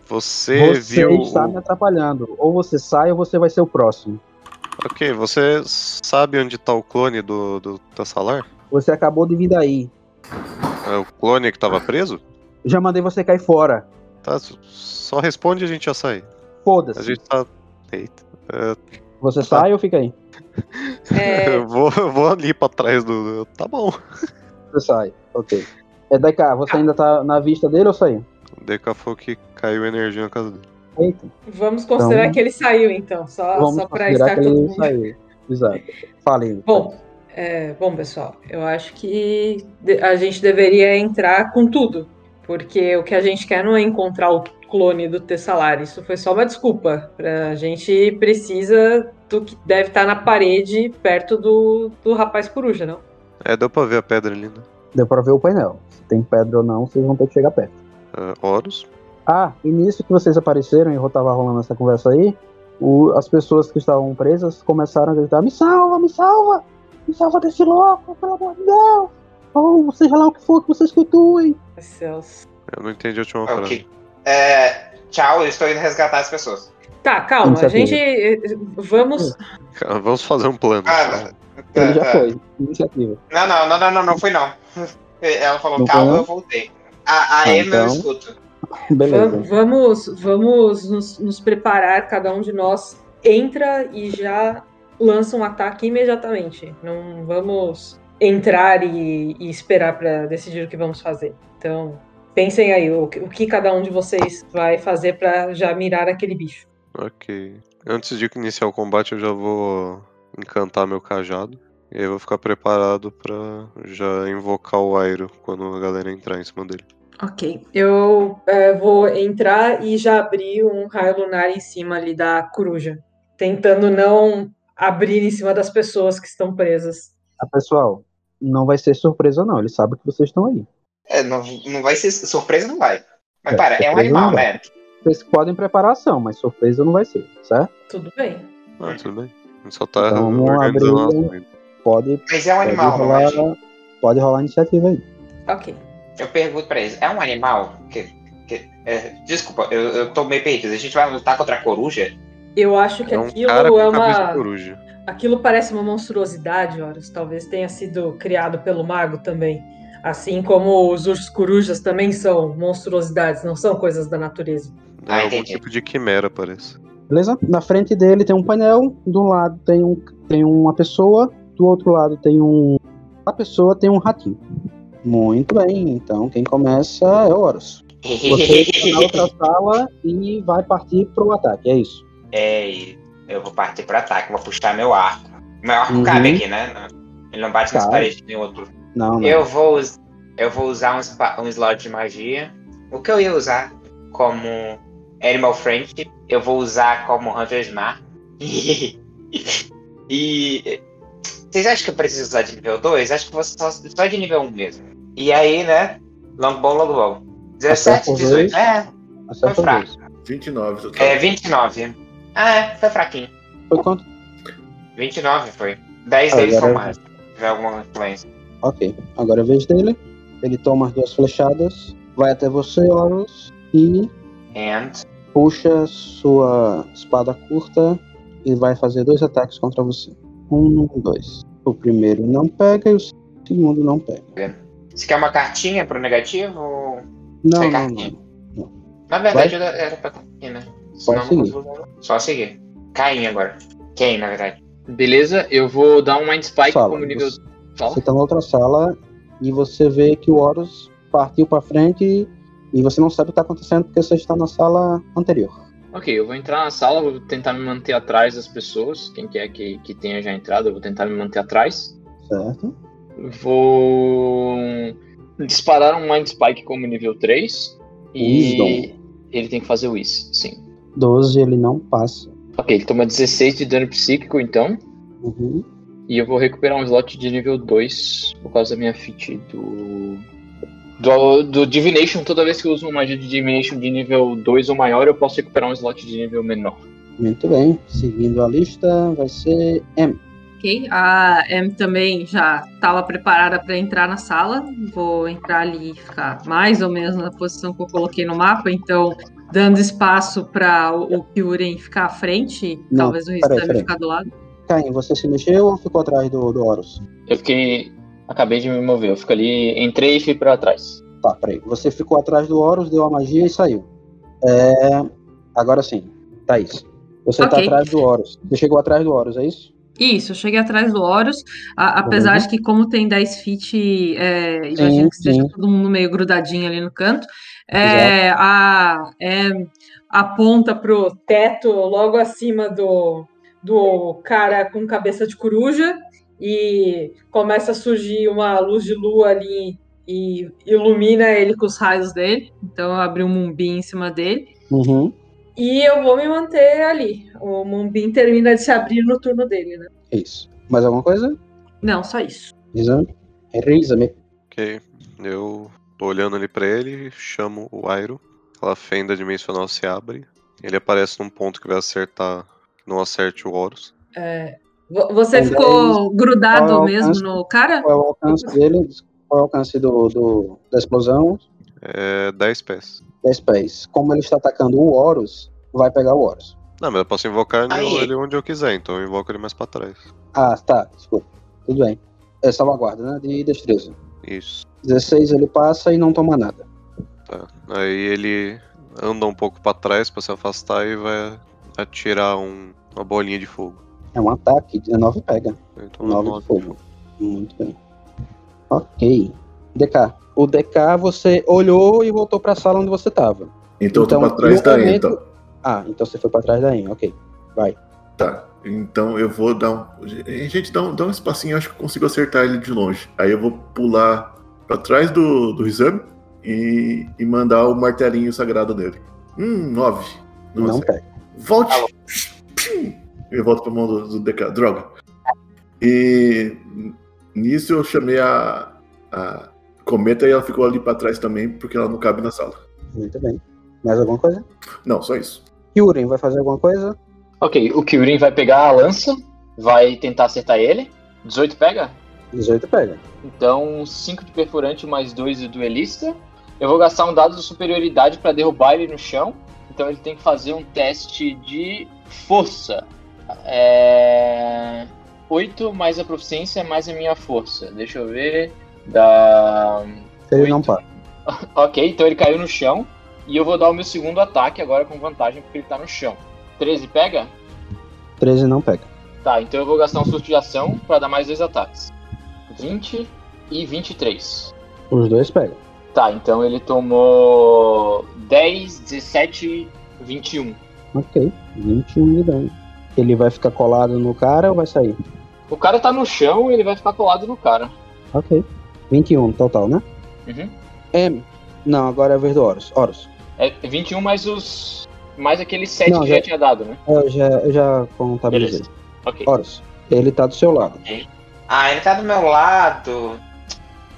Speaker 5: você,
Speaker 2: você
Speaker 5: viu.
Speaker 2: está me atrapalhando. Ou você sai, ou você vai ser o próximo.
Speaker 5: Ok, você sabe onde tá o clone do, do Tassalar?
Speaker 2: Você acabou de vir daí.
Speaker 5: É o clone que tava preso?
Speaker 2: Já mandei você cair fora.
Speaker 5: Tá, s- só responde e a gente já sai. A
Speaker 2: Foda-se.
Speaker 5: gente tá. Eita. É,
Speaker 2: Você sai ou fica aí?
Speaker 7: É,
Speaker 5: <laughs> eu, vou, eu vou ali pra trás do. Tá bom.
Speaker 2: Você sai. Ok. É DK, você ainda tá na vista dele ou saiu?
Speaker 5: O Deca falou que caiu energia na casa dele.
Speaker 2: Eita.
Speaker 7: vamos considerar que ele saiu, então, só,
Speaker 2: Vamos
Speaker 7: só para
Speaker 2: considerar
Speaker 7: estar
Speaker 2: que
Speaker 7: todo
Speaker 2: ele
Speaker 7: mundo.
Speaker 2: saiu. Exato. Falei.
Speaker 7: Bom, é, bom, pessoal, eu acho que de- a gente deveria entrar com tudo, porque o que a gente quer não é encontrar o clone do Tessalar, isso foi só uma desculpa. Pra, a gente precisa do que deve estar na parede perto do, do rapaz coruja, não?
Speaker 5: É, deu pra ver a pedra ali, né?
Speaker 2: Deu pra ver o painel. Se tem pedra ou não, vocês vão ter que chegar perto.
Speaker 5: É, Horus.
Speaker 2: Ah, e nisso que vocês apareceram e eu tava rolando essa conversa aí, o- as pessoas que estavam presas começaram a gritar: Me salva, me salva! Me salva desse louco, pelo amor de Deus! Ou seja lá o que for que vocês cultuem.
Speaker 7: Celso.
Speaker 5: Eu não entendi a última frase.
Speaker 4: Ah, Ok. É, tchau, eu estou indo resgatar as pessoas.
Speaker 7: Tá, calma, a
Speaker 2: Iniciativa.
Speaker 7: gente eh, vamos.
Speaker 5: Cara, Vamos fazer um plano.
Speaker 4: Ah,
Speaker 2: Ele já
Speaker 4: Ah, ah.
Speaker 2: foi. Iniciativa.
Speaker 4: Não, não, não, não, não, não fui não. Ela falou,
Speaker 2: Não foi,
Speaker 4: calma,
Speaker 2: não?
Speaker 4: eu voltei. A, a
Speaker 2: Ah,
Speaker 4: Emma eu
Speaker 2: então.
Speaker 4: escuto.
Speaker 2: Beleza.
Speaker 7: Va- Vamos, vamos nos, nos preparar, cada um de nós entra e já lança um ataque imediatamente. Não vamos entrar e, e esperar para decidir o que vamos fazer. Então, pensem aí o, que- o que cada um de vocês vai fazer para já mirar aquele bicho.
Speaker 5: Ok. Antes de iniciar o combate, eu já vou encantar meu cajado. E aí eu vou ficar preparado pra já invocar o Airo quando a galera entrar em cima dele.
Speaker 7: Ok. Eu é, vou entrar e já abrir um raio lunar em cima ali da coruja, tentando não abrir em cima das pessoas que estão presas.
Speaker 2: Ah, pessoal, não vai ser surpresa, não. Ele sabe que vocês estão aí.
Speaker 4: É, não, não vai ser surpresa, não vai. Mas
Speaker 2: É,
Speaker 4: para, é um
Speaker 2: surpresa não
Speaker 4: animal,
Speaker 2: vai.
Speaker 4: né?
Speaker 2: Vocês podem preparar ação, mas surpresa não vai ser, certo?
Speaker 7: Tudo bem.
Speaker 5: Ah, tudo bem. A gente só tá
Speaker 2: É. Então, vamos
Speaker 5: organizando
Speaker 2: abrir
Speaker 5: nossa vida.
Speaker 2: Pode
Speaker 4: Mas é um
Speaker 2: Pode
Speaker 4: animal, não é?
Speaker 2: rolar, pode rolar a iniciativa aí.
Speaker 7: Ok.
Speaker 4: Eu pergunto pra eles, é um animal? Que, que- é, desculpa, eu, eu tô meio perdido. A gente vai lutar contra a coruja?
Speaker 7: Eu acho que
Speaker 5: É um
Speaker 7: aquilo
Speaker 5: cara com
Speaker 7: é
Speaker 5: cabeça de
Speaker 7: uma.
Speaker 5: coruja.
Speaker 7: Aquilo parece uma monstruosidade, Horus. Talvez tenha sido criado pelo mago também. Assim como os ursos corujas também são monstruosidades, não são coisas da natureza.
Speaker 5: É
Speaker 4: Ah,
Speaker 5: algum
Speaker 4: entendi.
Speaker 5: tipo de quimera, parece.
Speaker 2: Beleza? Na frente dele tem um painel, de um lado tem, um, tem uma pessoa, do outro lado tem um. A pessoa tem um ratinho. Muito bem, então quem começa é Horus. Você está na outra sala e vai partir pro ataque, é isso.
Speaker 4: <laughs> é, e eu vou partir pro ataque, vou puxar meu arco. Meu arco
Speaker 2: Uhum.
Speaker 4: cabe aqui, né? Não- Ele não bate nas
Speaker 2: Cabe.
Speaker 4: paredes de nenhum outro.
Speaker 2: Não, não.
Speaker 4: Eu vou, us- eu vou usar um, spa- um slot de magia. O que eu ia usar como Animal Friend, eu vou usar como Hunter's Mark. <laughs> e. Vocês acham que eu preciso usar de nível 2? Acho que vou só, só de nível 1 mesmo. E aí, né? Longbow, longbow. 17,
Speaker 2: Acerta os
Speaker 4: 18.
Speaker 2: dois.
Speaker 4: É,
Speaker 2: Acerta os
Speaker 4: fraco.
Speaker 2: dois.
Speaker 3: 29 total.
Speaker 4: é, 29. Ah, é, foi fraquinho.
Speaker 2: Foi quanto?
Speaker 4: 29 foi. 10
Speaker 2: Ah,
Speaker 4: deles são
Speaker 2: agora-
Speaker 4: mais. Se tiver alguma influência.
Speaker 2: Ok. Agora é a vez dele. Ele toma as duas flechadas, vai até você, Horus, e
Speaker 4: And.
Speaker 2: puxa sua espada curta e vai fazer dois ataques contra você. Um, dois. O primeiro não pega e o segundo não pega.
Speaker 4: Você quer é uma cartinha pro negativo ou.
Speaker 2: Não,
Speaker 4: Sem
Speaker 2: não,
Speaker 4: cartinha.
Speaker 2: não.
Speaker 4: Na verdade, eu era pra Caim, né? Senão
Speaker 2: seguir.
Speaker 4: eu não consigo- Só seguir. Caim agora. Quem, na verdade?
Speaker 6: Beleza, eu vou dar um Mind Spike
Speaker 2: Fala,
Speaker 6: como nível
Speaker 2: você-
Speaker 6: Fala.
Speaker 2: Você tá na outra sala e você vê que o Horus partiu pra frente e, e você não sabe o que tá acontecendo porque você está na sala anterior.
Speaker 6: Ok, eu vou entrar na sala, vou tentar me manter atrás das pessoas. Quem quer que, que tenha já entrado, eu vou tentar me manter atrás.
Speaker 2: Certo?
Speaker 6: Vou disparar um Mind Spike como nível 3. E
Speaker 2: Wisdom.
Speaker 6: ele tem que fazer o Is, sim.
Speaker 2: 12, ele não passa.
Speaker 6: Ok, ele toma 16 de dano psíquico então.
Speaker 2: Uhum.
Speaker 6: E eu vou recuperar um slot de nível 2 por causa da minha feat do. Do, do Divination, toda vez que eu uso uma magia de Divination de nível 2 ou maior, eu posso recuperar um slot de nível menor.
Speaker 2: Muito bem. Seguindo a lista, vai ser M.
Speaker 8: Ok, a M também já estava preparada para entrar na sala. Vou entrar ali e ficar mais ou menos na posição que eu coloquei no mapa, então dando espaço para o o Kyurem ficar à frente, e
Speaker 2: Não,
Speaker 8: talvez o
Speaker 2: peraí,
Speaker 8: Ristami
Speaker 2: peraí.
Speaker 8: ficar do lado.
Speaker 2: Caim, você se mexeu ou ficou atrás do, do Horus?
Speaker 6: Eu fiquei. Acabei de me mover, eu fico ali, entrei e fui pra trás.
Speaker 2: Tá, peraí. Você ficou atrás do Horus, deu a magia e saiu. É... Agora sim, Thaís. Você tá
Speaker 8: Ok.
Speaker 2: atrás do Horus. Você chegou atrás do Horus, é isso?
Speaker 8: Isso, eu cheguei atrás do Horus, a- apesar de que como tem 10 feet, é, imagino que
Speaker 2: Uhum. sim.
Speaker 8: esteja todo mundo meio grudadinho ali no canto, é, a, é, aponta pro teto logo acima do, do cara com cabeça de coruja e começa a surgir uma luz de lua ali e ilumina ele com os raios dele, então eu abri um mumbim em cima dele.
Speaker 2: Uhum.
Speaker 7: E eu vou me manter ali. O Mumbin termina de se abrir no turno dele, né?
Speaker 2: É isso. Mais alguma coisa?
Speaker 8: Não, só isso.
Speaker 2: Exame? Exame.
Speaker 5: Ok. Eu tô olhando ali pra ele, chamo o Airo. Aquela fenda dimensional se abre. Ele aparece num ponto que vai acertar. que Não acerte o Horus.
Speaker 8: É, vo- você
Speaker 2: Então,
Speaker 8: ficou grudado
Speaker 2: qual é o
Speaker 8: mesmo
Speaker 2: alcance?
Speaker 8: no cara?
Speaker 2: Qual é o alcance dele? Qual é o alcance do, do- da explosão?
Speaker 5: É 10 pés.
Speaker 2: 10 pés. Como ele está atacando o Horus, vai pegar o Horus.
Speaker 5: Não, mas eu posso invocar
Speaker 4: Aí.
Speaker 5: ele onde eu quiser, então eu invoco ele mais pra trás.
Speaker 2: Ah, tá. Desculpa. Tudo bem. É salvaguarda, né? De destreza.
Speaker 5: Isso.
Speaker 2: 16 ele passa e não toma nada.
Speaker 5: Tá. Aí ele anda um pouco pra trás pra se afastar e vai atirar um- uma bolinha de fogo.
Speaker 2: É um ataque. 19 pega.
Speaker 5: Então,
Speaker 2: 9
Speaker 5: nove
Speaker 2: de fogo. Muito bem. Ok. DK. O DK, você olhou e voltou pra sala onde você tava. Então,
Speaker 3: Então, eu tô pra trás
Speaker 2: no
Speaker 3: da
Speaker 2: momento-
Speaker 3: então.
Speaker 2: Ah, então você foi pra trás da Em, ok.
Speaker 3: Tá, então eu vou dar um. Gente, dá um, dá um espacinho, acho que eu consigo acertar ele de longe. Aí eu vou pular pra trás do, do exame e, e mandar o martelinho sagrado nele. Hum, nove. Não
Speaker 2: não
Speaker 3: acerta.
Speaker 2: pega.
Speaker 3: Volte! Eu volto pra mão do, do DK. Droga. E nisso eu chamei a, a cometa e ela ficou ali pra trás também, porque ela não cabe na sala.
Speaker 2: Muito bem. Mais alguma coisa?
Speaker 3: Não, só isso.
Speaker 2: Yuren vai fazer alguma coisa?
Speaker 6: Ok, o Kyurin vai pegar a lança, vai tentar acertar ele. 18 pega?
Speaker 2: 18 pega.
Speaker 6: Então, 5 de perfurante mais 2 de duelista. Eu vou gastar um dado de superioridade pra derrubar ele no chão. Então ele tem que fazer um teste de força. É... 8 mais a proficiência mais a minha força. Deixa eu ver. Dá.
Speaker 2: Ele
Speaker 6: Oito.
Speaker 2: não para.
Speaker 6: Ok, então ele caiu no chão. E eu vou dar o meu segundo ataque agora com vantagem porque ele tá no chão. 13 pega?
Speaker 2: 13 não pega.
Speaker 6: Tá, então eu vou gastar um surto de ação pra dar mais dois ataques. 20 e 23.
Speaker 2: Os dois pegam.
Speaker 6: Tá, então ele tomou 10, 17, 21.
Speaker 2: Ok. 21 de dano. Ele vai ficar colado no cara ou vai sair?
Speaker 6: O cara tá no chão e ele vai ficar colado no cara.
Speaker 2: Ok. 21 total, né?
Speaker 6: Uhum.
Speaker 2: M. Não, agora é a vez do Horus. Horus.
Speaker 6: É 21 mais os. Mais aqueles 7
Speaker 2: Não,
Speaker 6: que
Speaker 2: já- tá
Speaker 6: já tinha dado, né?
Speaker 2: Eu já, eu já contabilizei.
Speaker 6: Beleza. Ok.
Speaker 2: Horus, ele tá do seu lado.
Speaker 4: Ah, ele tá do meu lado.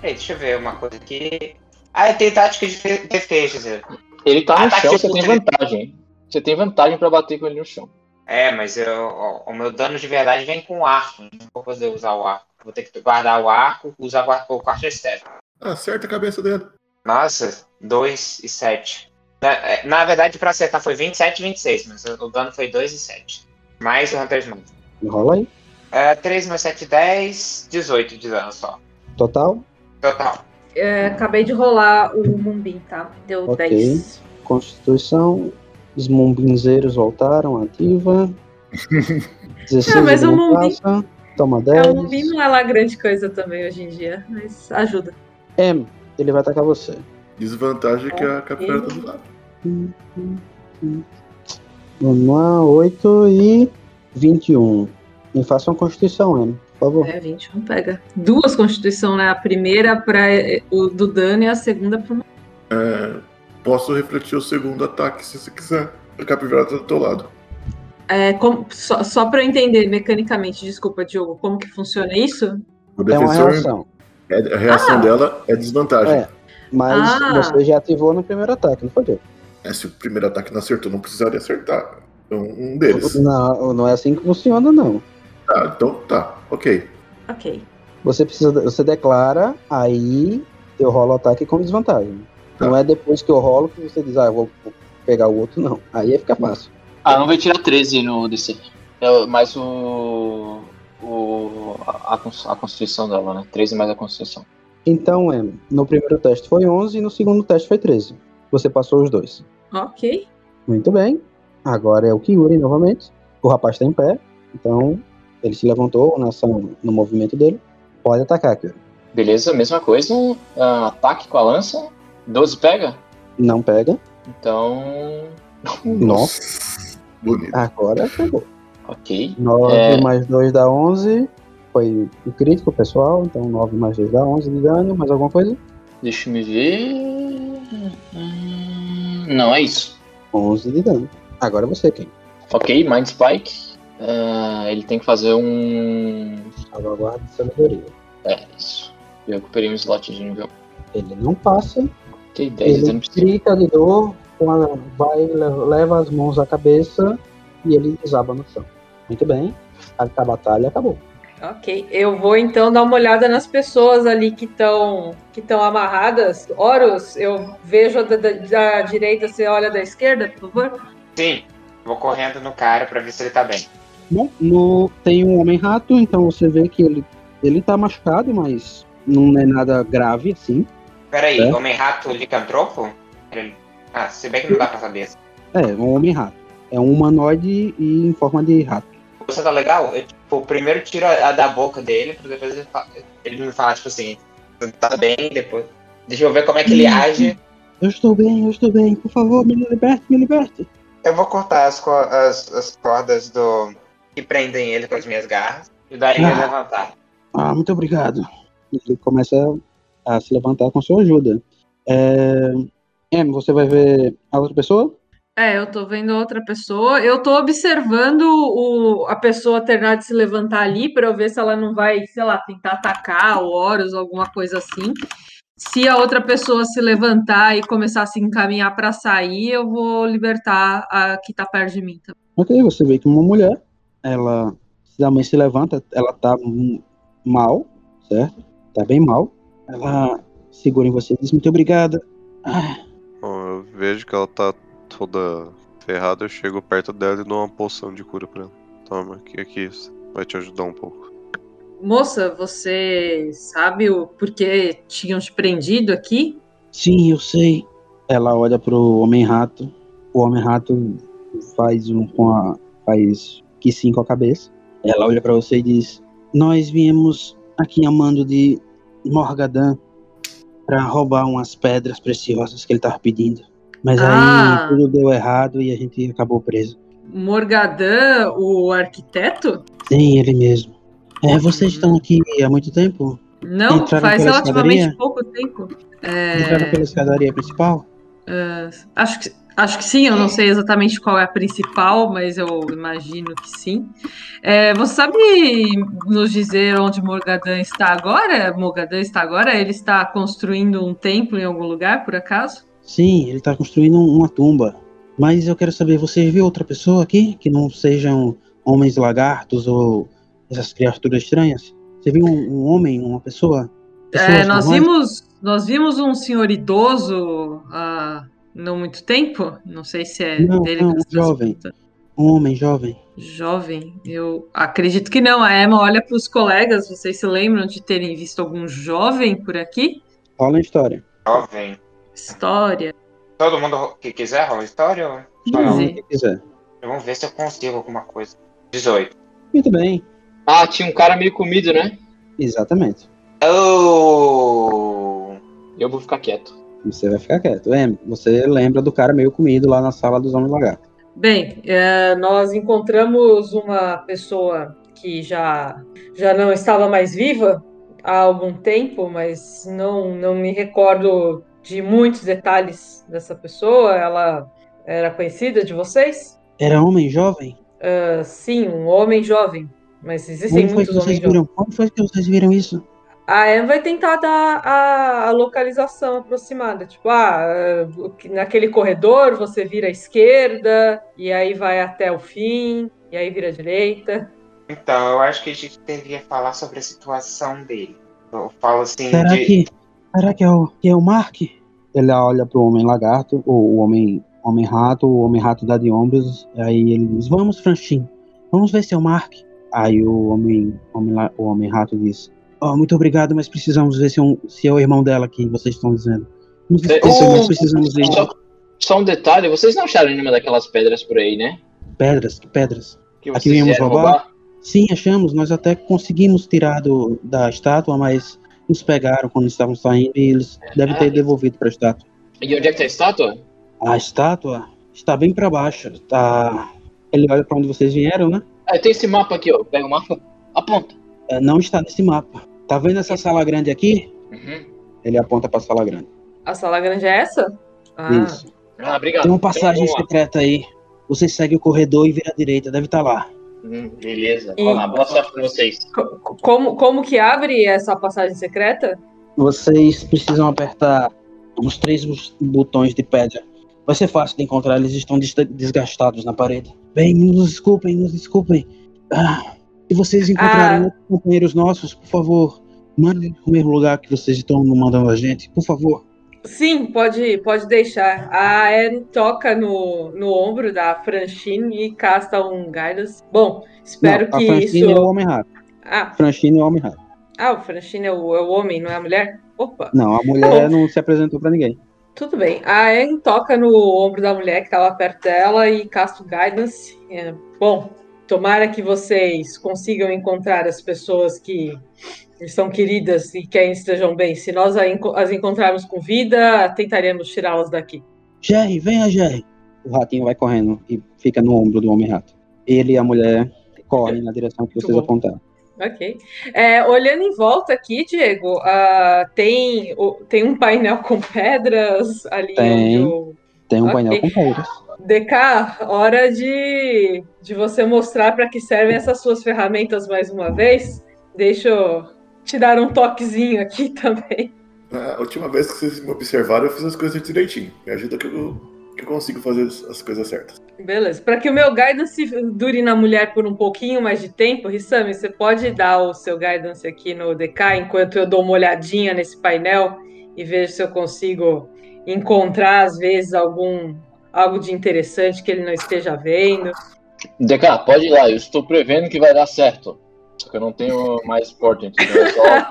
Speaker 4: Peraí, deixa eu ver uma coisa aqui. Ah, ele tem tática de de- defesa, Zé.
Speaker 6: Ele tá no
Speaker 4: Ataque
Speaker 6: chão, você tem
Speaker 4: secundário.
Speaker 6: vantagem. Você tem vantagem pra bater com ele no chão.
Speaker 4: É, mas eu, ó, o meu dano de verdade vem com arco. Não vou poder usar o arco. Vou ter que guardar o arco, usar o arco- o quarto estéreo.
Speaker 3: Acerta a cabeça dele.
Speaker 4: Nossa, 2 e 7. Na, é, na verdade, pra acertar foi 27 e 26, mas o o dano foi 2 e 7. Mais o Hunter's Mount.
Speaker 2: Enrola aí.
Speaker 4: É, 3 mais 7, 10, 18 de dano só.
Speaker 2: Total,
Speaker 4: Total.
Speaker 7: É, acabei de rolar o Mumbin, tá? Deu
Speaker 2: Ok.
Speaker 7: 10.
Speaker 2: Constituição. Os mumbinzeiros voltaram, ativa. 16
Speaker 8: Ah, mas
Speaker 2: ele
Speaker 8: o
Speaker 2: não
Speaker 8: mumbim-
Speaker 2: passa. Toma
Speaker 7: É
Speaker 2: 10.
Speaker 7: um mimo não é lá grande coisa também hoje em dia, mas ajuda.
Speaker 2: M, ele vai atacar você.
Speaker 3: Desvantagem é que a capital tá do lado.
Speaker 2: Vamos lá, 8 e 21. Me faça uma constituição, M, por favor.
Speaker 7: É, 21 pega. Duas constituição, né? A primeira para o do dano e a segunda pro
Speaker 3: É, posso refletir o segundo ataque se você quiser. A capivara tá do teu lado.
Speaker 7: É, como- só, só para eu entender mecanicamente, desculpa, Diogo, como que funciona isso?
Speaker 3: O
Speaker 2: É uma
Speaker 3: defensor,
Speaker 2: reação.
Speaker 3: é- a reação
Speaker 7: Ah!
Speaker 3: dela é desvantagem.
Speaker 2: É. Mas
Speaker 7: Ah.
Speaker 2: você já ativou no primeiro ataque, não foi? Diego?
Speaker 3: É, se o primeiro ataque não acertou, não precisaria acertar. Um, um deles.
Speaker 2: Não, não é assim que funciona, não.
Speaker 3: Tá, então tá, ok.
Speaker 7: Ok.
Speaker 2: Você precisa, você declara, aí eu rolo o ataque com desvantagem.
Speaker 3: Tá.
Speaker 2: Não é depois que eu rolo que você diz, ah, eu vou pegar o outro, não. Aí ia ficar fácil.
Speaker 6: Ah, não vai tirar 13 no DC. É o- mais o. o a, a cons- a constituição dela, né? 13 mais a constituição.
Speaker 2: Então, é, no primeiro teste foi 11 e no segundo teste foi 13. Você passou os dois.
Speaker 7: Ok.
Speaker 2: Muito bem. Agora é o Kiuri novamente. O rapaz está em pé, então ele se levantou na ação, no movimento dele. Pode atacar, Kiuri.
Speaker 6: Beleza, mesma coisa. Ah, ataque com a lança. 12 pega?
Speaker 2: Não pega.
Speaker 6: Então.
Speaker 2: Nossa,
Speaker 3: Bonito.
Speaker 2: agora acabou.
Speaker 6: Ok.
Speaker 2: 9
Speaker 6: É.
Speaker 2: mais 2 dá 11. Foi o crítico, pessoal. Então 9 mais 2 dá 11 de dano. Mais alguma coisa?
Speaker 6: Deixa eu me ver. Hum, Não, é isso.
Speaker 2: 11 de dano. Agora é você, quem?
Speaker 6: Ok, Mind Spike. Ah, ele tem que fazer um.
Speaker 2: Salvaguarda de sabedoria.
Speaker 6: É, isso. Eu recuperei um slot de nível.
Speaker 2: Ele não passa.
Speaker 6: Ok, 10 de
Speaker 2: Ele
Speaker 6: dano psíquico.
Speaker 2: grita de dor, com a- vai, le- leva as mãos à cabeça e ele desaba no chão. Muito bem. A batalha acabou.
Speaker 9: Ok, eu vou então dar uma olhada nas pessoas ali que estão que estão amarradas. Horus, eu vejo a da, da- da direita, você olha da esquerda, por favor.
Speaker 4: Sim, vou correndo no cara pra ver se ele tá bem.
Speaker 2: Bom, Né? no- tem um homem rato, então você vê que ele, ele tá machucado, mas não é nada grave assim.
Speaker 4: Peraí,
Speaker 2: É?
Speaker 4: Homem-Rato Licantropo? Ele- Ah, se bem que não dá pra saber.
Speaker 2: É, um homem rato. É um humanoide e em forma de rato.
Speaker 4: Você tá legal? Eu, tipo, primeiro tiro a, a da boca dele, pra depois ele, fa- ele me falar, tipo assim, "Você tá bem, depois. Deixa eu ver como é que ele age.
Speaker 2: Eu estou bem, eu estou bem, por favor, me liberte, me liberte.
Speaker 4: Eu vou cortar as, co- as, as cordas do. que prendem ele com as minhas garras. E daí ele
Speaker 2: Ah.
Speaker 4: levantar.
Speaker 2: Ah, muito obrigado. Ele começa a se levantar com sua ajuda. É... Em, você vai ver a outra pessoa?
Speaker 7: É, eu tô vendo outra pessoa. Eu tô observando o, a pessoa terminar de se levantar ali para eu ver se ela não vai, sei lá, tentar atacar o Horus, alguma coisa assim. Se a outra pessoa se levantar e começar a se encaminhar para sair, eu vou libertar a que tá perto de mim. Então.
Speaker 2: Ok, você vê que uma mulher, ela também se levanta, ela tá hum, mal, certo? Tá bem mal. Ela segura em você e diz muito obrigada. Ah,
Speaker 5: Bom, eu vejo que ela tá toda ferrada, eu chego perto dela e dou uma poção de cura pra ela. Toma, aqui, aqui, é isso vai te ajudar um pouco.
Speaker 7: Moça, você sabe o porquê tinham te prendido aqui?
Speaker 2: sim, eu sei. Ela olha pro Homem-Rato. O Homem-Rato faz um com a. faz que sim com a cabeça. Ela olha pra você e diz: Nós viemos aqui a mando de Morgadã pra roubar umas pedras preciosas que ele tava pedindo. Mas
Speaker 7: Ah.
Speaker 2: aí tudo deu errado e a gente acabou preso.
Speaker 7: Morgadã, o arquiteto?
Speaker 2: Sim, ele mesmo. É, vocês estão aqui há muito tempo?
Speaker 7: Não,
Speaker 2: Entraram
Speaker 7: faz
Speaker 2: pela
Speaker 7: relativamente
Speaker 2: escadaria?
Speaker 7: pouco tempo.
Speaker 2: Entraram
Speaker 7: É,
Speaker 2: pela escadaria principal?
Speaker 7: é, acho, que, acho que sim, eu não sei exatamente qual é a principal, mas eu imagino que sim. É, você sabe nos dizer onde Morgadã está agora? Morgadã está agora? Ele está construindo um templo em algum lugar, por acaso?
Speaker 2: Sim, ele tá construindo um- uma tumba. Mas eu quero saber, vocês viram outra pessoa aqui? Que não sejam homens lagartos ou essas criaturas estranhas? Você viu um, um homem, uma pessoa?
Speaker 7: É,
Speaker 2: Pessoas
Speaker 7: nós
Speaker 2: normais?
Speaker 7: vimos, nós vimos um senhor idoso há não muito tempo. Não sei se é
Speaker 2: Não,
Speaker 7: dele
Speaker 2: não,
Speaker 7: que
Speaker 2: um
Speaker 7: você tá
Speaker 2: jovem.
Speaker 7: escutando.
Speaker 2: Um homem jovem.
Speaker 7: Jovem, eu acredito que não. A Emma olha para os colegas. Vocês se lembram de terem visto algum jovem por aqui?
Speaker 2: Fala a história.
Speaker 4: Jovem.
Speaker 7: História.
Speaker 4: Todo mundo ro- que quiser rola história?
Speaker 2: Uhum.
Speaker 7: Quinze.
Speaker 2: Fala o que quiser.
Speaker 4: Vamos ver se eu consigo alguma coisa. 18.
Speaker 2: Muito bem.
Speaker 6: Ah, tinha um cara meio comido, né?
Speaker 8: Exatamente.
Speaker 4: Oh!
Speaker 6: Eu vou ficar quieto.
Speaker 8: Você vai ficar quieto. Lembra, É, você lembra do cara meio comido lá na sala dos homens lagarto.
Speaker 7: Bem, eh, nós encontramos uma pessoa que já, já não estava mais viva há algum tempo, mas não, não me recordo de muitos detalhes dessa pessoa. Ela era conhecida de vocês?
Speaker 8: Era homem jovem?
Speaker 7: Ah, sim, um homem jovem. Mas existem
Speaker 8: Como foi,
Speaker 7: muitos
Speaker 8: que
Speaker 7: homens
Speaker 8: vocês
Speaker 7: jovens.
Speaker 8: viram? Como foi que vocês viram isso?
Speaker 7: A Anne vai tentar dar a, a localização aproximada. Tipo, ah, eh, o que- naquele corredor você vira à esquerda, e aí vai até o fim, e aí vira à direita.
Speaker 4: Então, eu acho que a gente deveria falar sobre a situação dele. Eu falo assim
Speaker 8: Será
Speaker 4: de.
Speaker 8: que, será que é o, que é o Mark? Ele olha pro homem lagarto, ou o homem, homem rato, o homem rato dá de ombros, aí ele diz, vamos, Franchin, vamos ver se é o Mark. Aí o homem, homem la- o homem rato diz, "Ah, muito obrigado, mas precisamos ver se, é um- se é o irmão dela que vocês estão dizendo. Nos
Speaker 6: É,
Speaker 8: esqueçam,
Speaker 6: o-
Speaker 8: nós precisamos ver
Speaker 6: Só, só um detalhe, vocês não acharam nenhuma daquelas pedras por aí, né?
Speaker 8: pedras, que pedras.
Speaker 6: Que
Speaker 8: Aqui um
Speaker 6: vocês
Speaker 8: viemos
Speaker 6: vieram
Speaker 8: roubar? Sim, achamos, nós até conseguimos tirar do, da estátua, mas nos pegaram quando estavam saindo e eles devem ter devolvido para a estátua.
Speaker 6: E onde é que tá a estátua?
Speaker 8: A estátua está bem para baixo. Tá... Ele olha para onde vocês vieram, né?
Speaker 6: Ah, tem esse mapa aqui, ó. Pega o mapa, aponta.
Speaker 8: É, Não está nesse mapa. Tá vendo essa sala grande aqui?
Speaker 6: Uhum.
Speaker 8: Ele aponta para a sala grande.
Speaker 7: A sala grande é essa? Ah,
Speaker 8: Isso.
Speaker 6: Ah, obrigado.
Speaker 8: Tem uma passagem
Speaker 6: Então,
Speaker 8: secreta aí. Você segue o corredor e vira à direita. Deve tá estar lá.
Speaker 6: vamos lá. Hum, beleza.
Speaker 7: E-
Speaker 6: Olha lá, boa sorte pra vocês.
Speaker 7: co- co- como, como que abre essa passagem secreta?
Speaker 8: Vocês precisam apertar os três bus- botões de pedra. Vai ser fácil de encontrar. Eles estão des- desgastados na parede. Bem, nos desculpem, nos desculpem. Ah, se vocês encontrarem outros companheiros nossos, por favor, mandem no mesmo lugar que vocês estão mandando a gente. Por favor.
Speaker 7: Sim, pode, pode deixar. A Anne toca no, no ombro da Franchine e casta um Guidance. Bom, espero
Speaker 8: Não,
Speaker 7: que
Speaker 8: a Francine
Speaker 7: isso.
Speaker 8: é o homem rato.
Speaker 7: Ah,
Speaker 8: Francine é o homem rato.
Speaker 7: ah, o Franchine é o, é o homem, não é a mulher? Opa,
Speaker 8: Não, a
Speaker 7: Oh.
Speaker 8: mulher não se apresentou pra ninguém.
Speaker 7: tudo bem. A Anne toca no ombro da mulher que estava perto dela e casta o Guidance. É, bom, tomara que vocês consigam encontrar as pessoas que são queridas e que ainda estejam bem. Se nós a enco- as encontrarmos com vida, tentaremos tirá-las daqui.
Speaker 8: Jerry, venha, Jerry. O ratinho vai correndo e fica no ombro do homem rato. Ele e a mulher correm na direção que vocês
Speaker 7: bom.
Speaker 8: apontaram.
Speaker 7: Ok. É, olhando em volta aqui, Diego, ah, tem, o- tem um painel com pedras ali
Speaker 8: Tem.
Speaker 7: onde o.
Speaker 8: Tem um
Speaker 7: Ok.
Speaker 8: painel com pedras.
Speaker 7: DK, hora de, de você mostrar para que servem essas suas ferramentas mais uma vez. Deixa eu te dar um toquezinho aqui <laughs> também.
Speaker 3: A última vez que vocês me observaram, eu fiz as coisas direitinho. Me ajuda que eu, que eu consigo fazer as- as coisas certas.
Speaker 7: Beleza. Para que o meu guidance dure na mulher por um pouquinho mais de tempo, Rissami, você pode dar o seu guidance aqui no DK enquanto eu dou uma olhadinha nesse painel e vejo se eu consigo encontrar, às vezes, algum algo de interessante que ele não esteja vendo.
Speaker 6: DK, pode ir lá, eu estou prevendo que vai dar certo. Só que eu não tenho mais porte, entendeu? É só-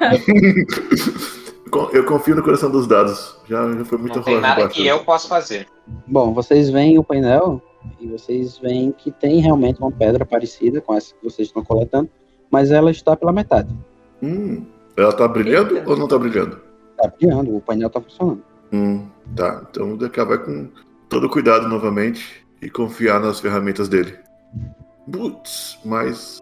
Speaker 3: Con- Eu confio no coração dos dados. Já, já foi muito
Speaker 4: Não tem
Speaker 3: rolagem
Speaker 4: nada
Speaker 3: baixa.
Speaker 4: que eu possa fazer.
Speaker 8: Bom, vocês veem o painel e vocês veem que tem realmente uma pedra parecida com essa que vocês estão coletando, mas ela está pela metade.
Speaker 3: Hum, ela tá brilhando
Speaker 7: Eita.
Speaker 3: ou não tá brilhando?
Speaker 8: Tá brilhando, o painel tá funcionando.
Speaker 3: Hum, tá. Então o DK vai com todo cuidado novamente e confiar nas ferramentas dele. Putz, mas.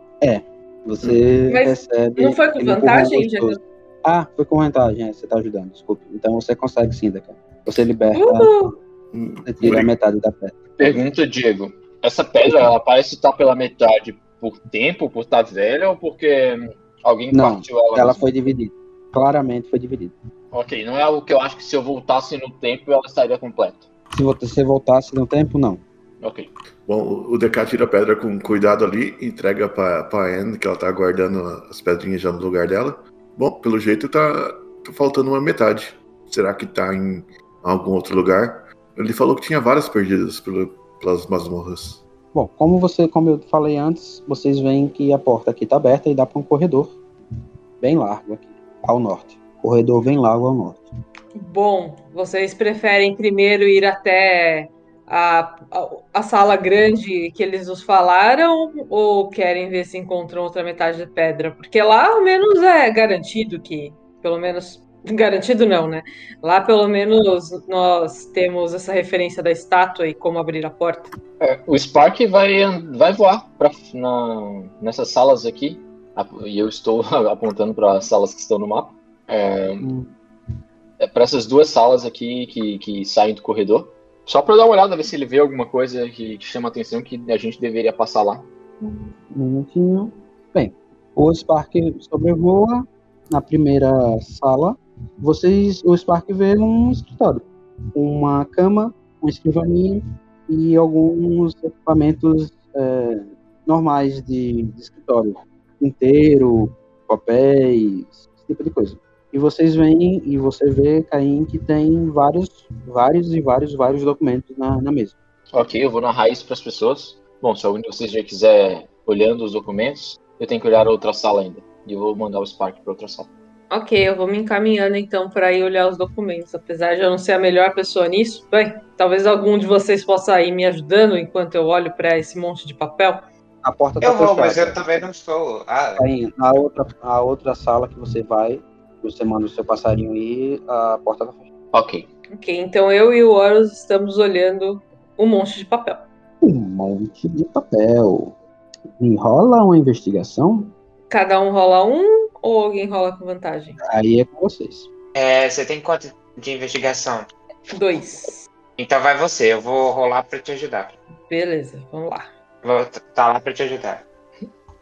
Speaker 8: Você
Speaker 7: Uhum. Mas
Speaker 8: recebe.
Speaker 7: não foi com
Speaker 8: aquele empurrão
Speaker 7: vantagem,
Speaker 8: gostoso. Ah, foi com vantagem, é, você tá ajudando, desculpe. Então você consegue sim, Deca. Você liberta,
Speaker 7: Uhul!
Speaker 3: hum,
Speaker 8: você tira a metade da pedra.
Speaker 6: Pergunta, Diego. Essa pedra, ela parece estar pela metade por tempo, por estar velha, ou porque alguém
Speaker 8: Não,
Speaker 6: partiu ela?
Speaker 8: Ela
Speaker 6: mesmo?
Speaker 8: foi dividida. Claramente foi dividida.
Speaker 6: Ok, não é algo que eu acho que se eu voltasse no tempo, ela estaria completa.
Speaker 8: Se você voltasse no tempo, não.
Speaker 6: Ok.
Speaker 3: Bom, o- o DK tira a pedra com cuidado ali, entrega pra, pra Anne, que ela tá guardando as pedrinhas já no lugar dela. Bom, pelo jeito tá, tá faltando uma metade. Será que tá em algum outro lugar? Ele falou que tinha várias perdidas pelo- pelas masmorras.
Speaker 8: Bom, como você, como eu falei antes, vocês veem que a porta aqui tá aberta e dá para um corredor bem largo aqui, ao norte. Corredor bem largo ao norte.
Speaker 7: Bom, vocês preferem primeiro ir até a, a, a sala grande que eles nos falaram ou querem ver se encontram outra metade de pedra? Porque lá ao menos é garantido que, pelo menos, <laughs> garantido não, né? Lá pelo menos nós temos essa referência da estátua e como abrir a porta.
Speaker 6: É, o Spark vai, vai voar pra, na, nessas salas aqui. E eu estou <laughs> apontando para as salas que estão no mapa. É, é para essas duas salas aqui que, que saem do corredor. Só para dar uma olhada, ver se ele vê alguma coisa que, que chama atenção que a gente deveria passar lá.
Speaker 8: Um minutinho. Bem, o Spark sobrevoa na primeira sala. Vocês, o Spark vê um escritório, uma cama, um escrivaninho e alguns equipamentos é, normais de, de escritório, inteiro, papéis, esse tipo de coisa. E vocês veem e você vê, Caim, que tem vários, vários e vários, vários documentos na, na mesa.
Speaker 6: Ok, eu vou narrar isso para as pessoas. Bom, se algum de vocês já quiser olhando os documentos, eu tenho que olhar outra sala ainda. E eu vou mandar o Spark para outra sala.
Speaker 7: Ok, eu vou me encaminhando então para ir olhar os documentos. Apesar de eu não ser a melhor pessoa nisso, bem, talvez algum de vocês possa ir me ajudando enquanto eu olho para esse monte de papel.
Speaker 8: A porta tá
Speaker 4: Eu vou,
Speaker 8: fechada.
Speaker 4: mas eu também não sou. Ah,
Speaker 8: Caim, a outra, a outra sala que você vai, você manda o seu passarinho ir, a porta tá fechada.
Speaker 6: Ok.
Speaker 7: Ok, então eu e o Horus estamos olhando um monte de papel.
Speaker 8: Um monte de papel. Enrola uma investigação,
Speaker 7: Cada um rola um ou alguém rola com vantagem?
Speaker 8: aí é com vocês.
Speaker 4: é, você tem quanto de investigação?
Speaker 7: Dois.
Speaker 4: Então vai você, eu vou rolar pra te ajudar.
Speaker 7: Beleza, vamos lá.
Speaker 4: Vou t- tá lá pra te ajudar.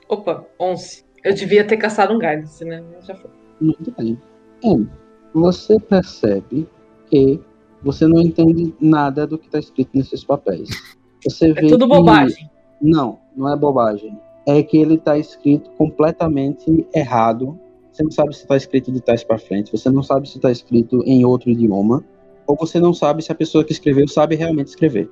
Speaker 7: Opa, 11. Eu devia ter caçado um guidance, né? Mas Já foi.
Speaker 8: Muito bem. Um, você percebe que você não entende nada do que está escrito nesses papéis.
Speaker 7: É
Speaker 8: Você vê
Speaker 7: tudo
Speaker 8: que-
Speaker 7: bobagem.
Speaker 8: Não, não é bobagem. É que ele está escrito completamente errado. Você não sabe se está escrito de trás para frente. Você não sabe se está escrito em outro idioma. Ou você não sabe se a pessoa que escreveu sabe realmente escrever.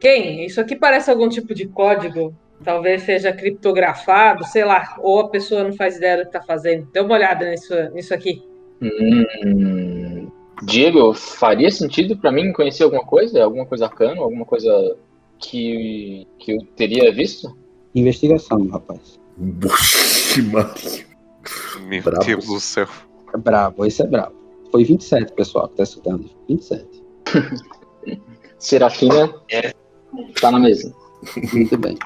Speaker 7: Quem? Isso aqui parece algum tipo de código. Talvez seja criptografado, sei lá. Ou a pessoa não faz ideia do que tá fazendo. Dê uma olhada nisso, nisso aqui.
Speaker 6: Hum, Diego, faria sentido pra mim conhecer alguma coisa? Alguma coisa arcana? Alguma coisa que, que eu teria visto?
Speaker 8: Investigação, rapaz.
Speaker 3: Oxi, Maria.
Speaker 5: Meu
Speaker 3: Bravos.
Speaker 5: Deus do céu.
Speaker 8: É bravo, esse é bravo. Foi 27, pessoal, que está escutando. 27.
Speaker 6: Serafina tá na mesa.
Speaker 8: Muito bem.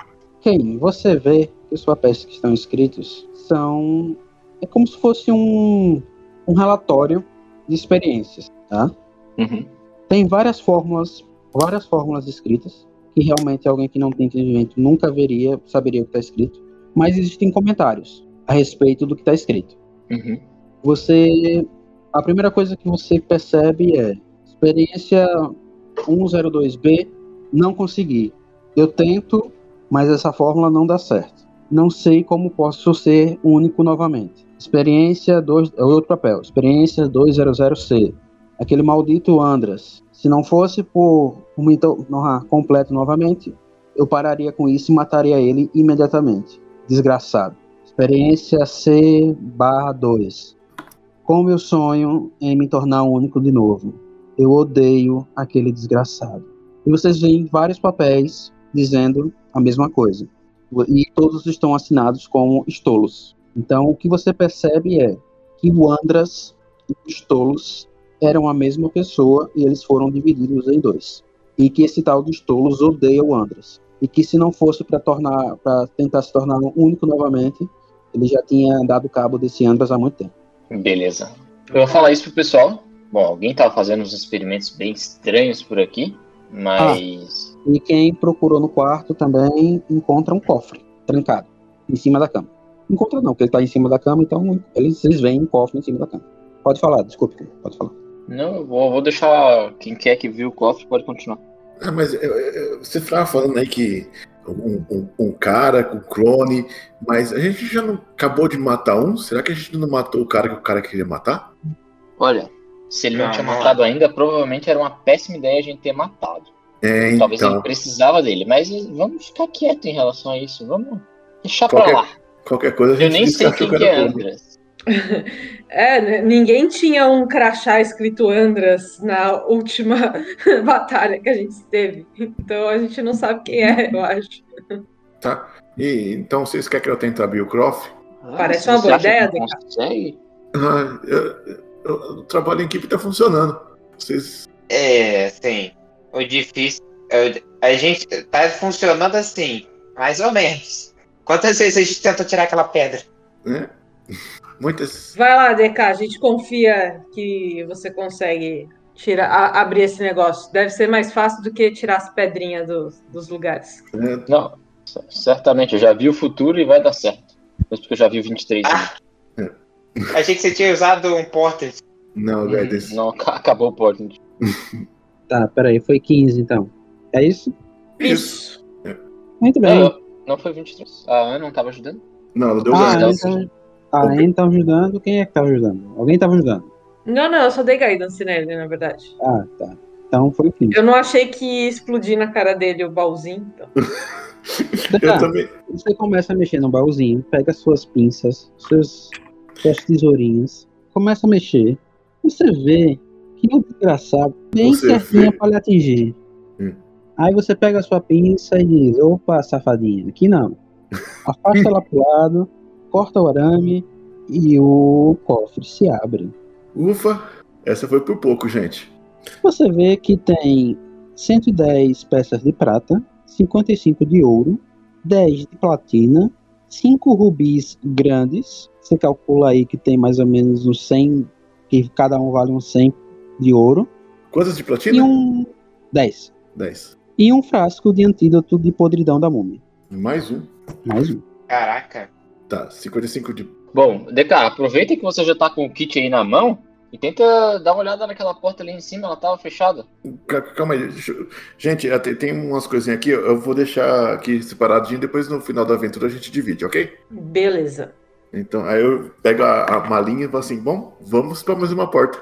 Speaker 8: Ken, você vê que os papéis que estão escritos são. É como se fosse um, um relatório de experiências, tá?
Speaker 6: Uhum.
Speaker 8: Tem várias fórmulas, várias fórmulas escritas, que realmente alguém que não tem entendimento nunca veria, saberia o que está escrito, mas existem comentários a respeito do que está escrito.
Speaker 6: Uhum.
Speaker 8: Você. A primeira coisa que você percebe é experiência 102B, não consegui. Eu tento, mas essa fórmula não dá certo. Não sei como posso ser único novamente. Experiência 2, é outro papel. Experiência 200C. Aquele maldito Andras. Se não fosse por o me to- tornar completo novamente, eu pararia com isso e mataria ele imediatamente. Desgraçado. Experiência C barra 2. Como eu sonho em me tornar único de novo. Eu odeio aquele desgraçado. E vocês veem vários papéis dizendo a mesma coisa. E todos estão assinados como estolos. Então o que você percebe é que o Andras e o Estolos eram a mesma pessoa e eles foram divididos em dois. E que esse tal do Estolos odeia o Andras. E que se não fosse para tornar, para tentar se tornar um único novamente, ele já tinha dado cabo desse Andras há muito tempo.
Speaker 6: Beleza. Eu vou falar isso pro pessoal. Bom, alguém tava fazendo uns experimentos bem estranhos por aqui, mas.
Speaker 8: E quem procurou no quarto também encontra um cofre trancado em cima da cama. Encontra não, porque ele tá em cima da cama, então eles, eles veem um cofre em cima da cama. Pode falar, desculpe, pode falar.
Speaker 6: Não, eu vou, vou deixar quem quer que viu o cofre pode continuar.
Speaker 3: Ah, mas eu- eu- você estava falando aí que um, um- um cara com clone, mas a gente já não acabou de matar um? Será que a gente não matou o cara que o cara queria matar?
Speaker 6: Olha, se ele não,
Speaker 4: Não,
Speaker 6: tinha
Speaker 4: não.
Speaker 6: matado ainda, provavelmente era uma péssima ideia a gente ter matado.
Speaker 3: É,
Speaker 6: Talvez
Speaker 3: então.
Speaker 6: ele precisava dele, mas vamos ficar quieto em relação a isso. Vamos deixar pra
Speaker 3: Qualquer-
Speaker 6: lá.
Speaker 3: Qualquer coisa a gente
Speaker 6: Eu nem sei
Speaker 3: descarta o
Speaker 6: quem que
Speaker 3: cara
Speaker 6: é
Speaker 3: clone.
Speaker 6: Andras.
Speaker 7: É, né, ninguém tinha um crachá escrito Andras na última <laughs> batalha que a gente teve. Então a gente não sabe quem é, eu acho.
Speaker 3: Tá. E, então vocês querem que eu tente abrir o Croft?
Speaker 6: Ah,
Speaker 7: Parece
Speaker 6: se
Speaker 7: uma
Speaker 6: você
Speaker 7: boa
Speaker 6: acha
Speaker 7: ideia,
Speaker 6: que
Speaker 7: Deca.
Speaker 6: consegue?
Speaker 3: Ah, eu- eu- o trabalho em equipe tá funcionando. Vocês.
Speaker 4: É, sim. O difícil. é, A gente tá funcionando assim, mais ou menos. Quantas vezes a gente tentou tirar aquela pedra?
Speaker 3: Né? <laughs> Muitas.
Speaker 7: Vai lá, DK, a gente confia que você consegue tirar, a- abrir esse negócio. Deve ser mais fácil do que tirar as pedrinhas dos, dos lugares.
Speaker 3: né?
Speaker 6: Não, c- certamente, eu já vi o futuro e vai dar certo. Mesmo porque eu já vi o 23.
Speaker 4: Ah, Achei que você tinha usado um porter.
Speaker 3: Não,
Speaker 6: Hum,
Speaker 3: Guedes.
Speaker 6: não, ac- acabou o porte.
Speaker 2: Tá, peraí, foi 15 então. É isso?
Speaker 3: Isso.
Speaker 2: Muito bem.
Speaker 3: É,
Speaker 6: Não, É, não foi 23. A Ana não tava ajudando?
Speaker 3: Não, ela deu
Speaker 2: Ah,
Speaker 3: ah,
Speaker 6: Deus.
Speaker 2: então, a Anne tá ajudando. Quem é que tá ajudando? Alguém tava ajudando.
Speaker 7: Não, não, eu só dei guidance nele, na verdade.
Speaker 2: Ah, tá. Então foi 15.
Speaker 7: Eu não achei que ia explodir na cara dele o baúzinho. Então.
Speaker 3: Eu
Speaker 2: Tá,
Speaker 3: também.
Speaker 2: Você começa a mexer no baúzinho, pega suas pinças, suas, suas tesourinhas, começa a mexer. Você vê que o desgraçado nem
Speaker 3: Você
Speaker 2: certinho
Speaker 3: vê.
Speaker 2: pra lhe atingir.
Speaker 3: Hum.
Speaker 2: Aí você pega a sua pinça e diz: opa, safadinha, aqui não. Afasta ela pro lado, corta o arame e o cofre se abre.
Speaker 3: Ufa! Essa foi por pouco, gente.
Speaker 2: Você vê que tem 110 peças de prata, 55 de ouro, 10 de platina, 5 rubis grandes. Você calcula aí que tem mais ou menos uns 100, que cada um vale uns 100 de ouro,
Speaker 3: Quantas de
Speaker 2: e
Speaker 3: platina?
Speaker 2: um 10.
Speaker 3: 10.
Speaker 2: E um frasco de antídoto de podridão da múmia.
Speaker 3: Mais um.
Speaker 2: Mais um.
Speaker 4: Caraca.
Speaker 3: Tá, 55 de.
Speaker 6: Bom, DK, aproveita que você já tá com o kit aí na mão e tenta dar uma olhada naquela porta ali em cima, ela tava fechada.
Speaker 3: Ca- Calma aí. deixa eu- Gente, eh, tem- tem umas coisinhas aqui. Eu vou deixar aqui separadinho. Depois no final da aventura a gente divide, ok?
Speaker 7: Beleza.
Speaker 3: Então, aí eu pego a, a malinha e falo assim: bom, vamos pra mais uma porta.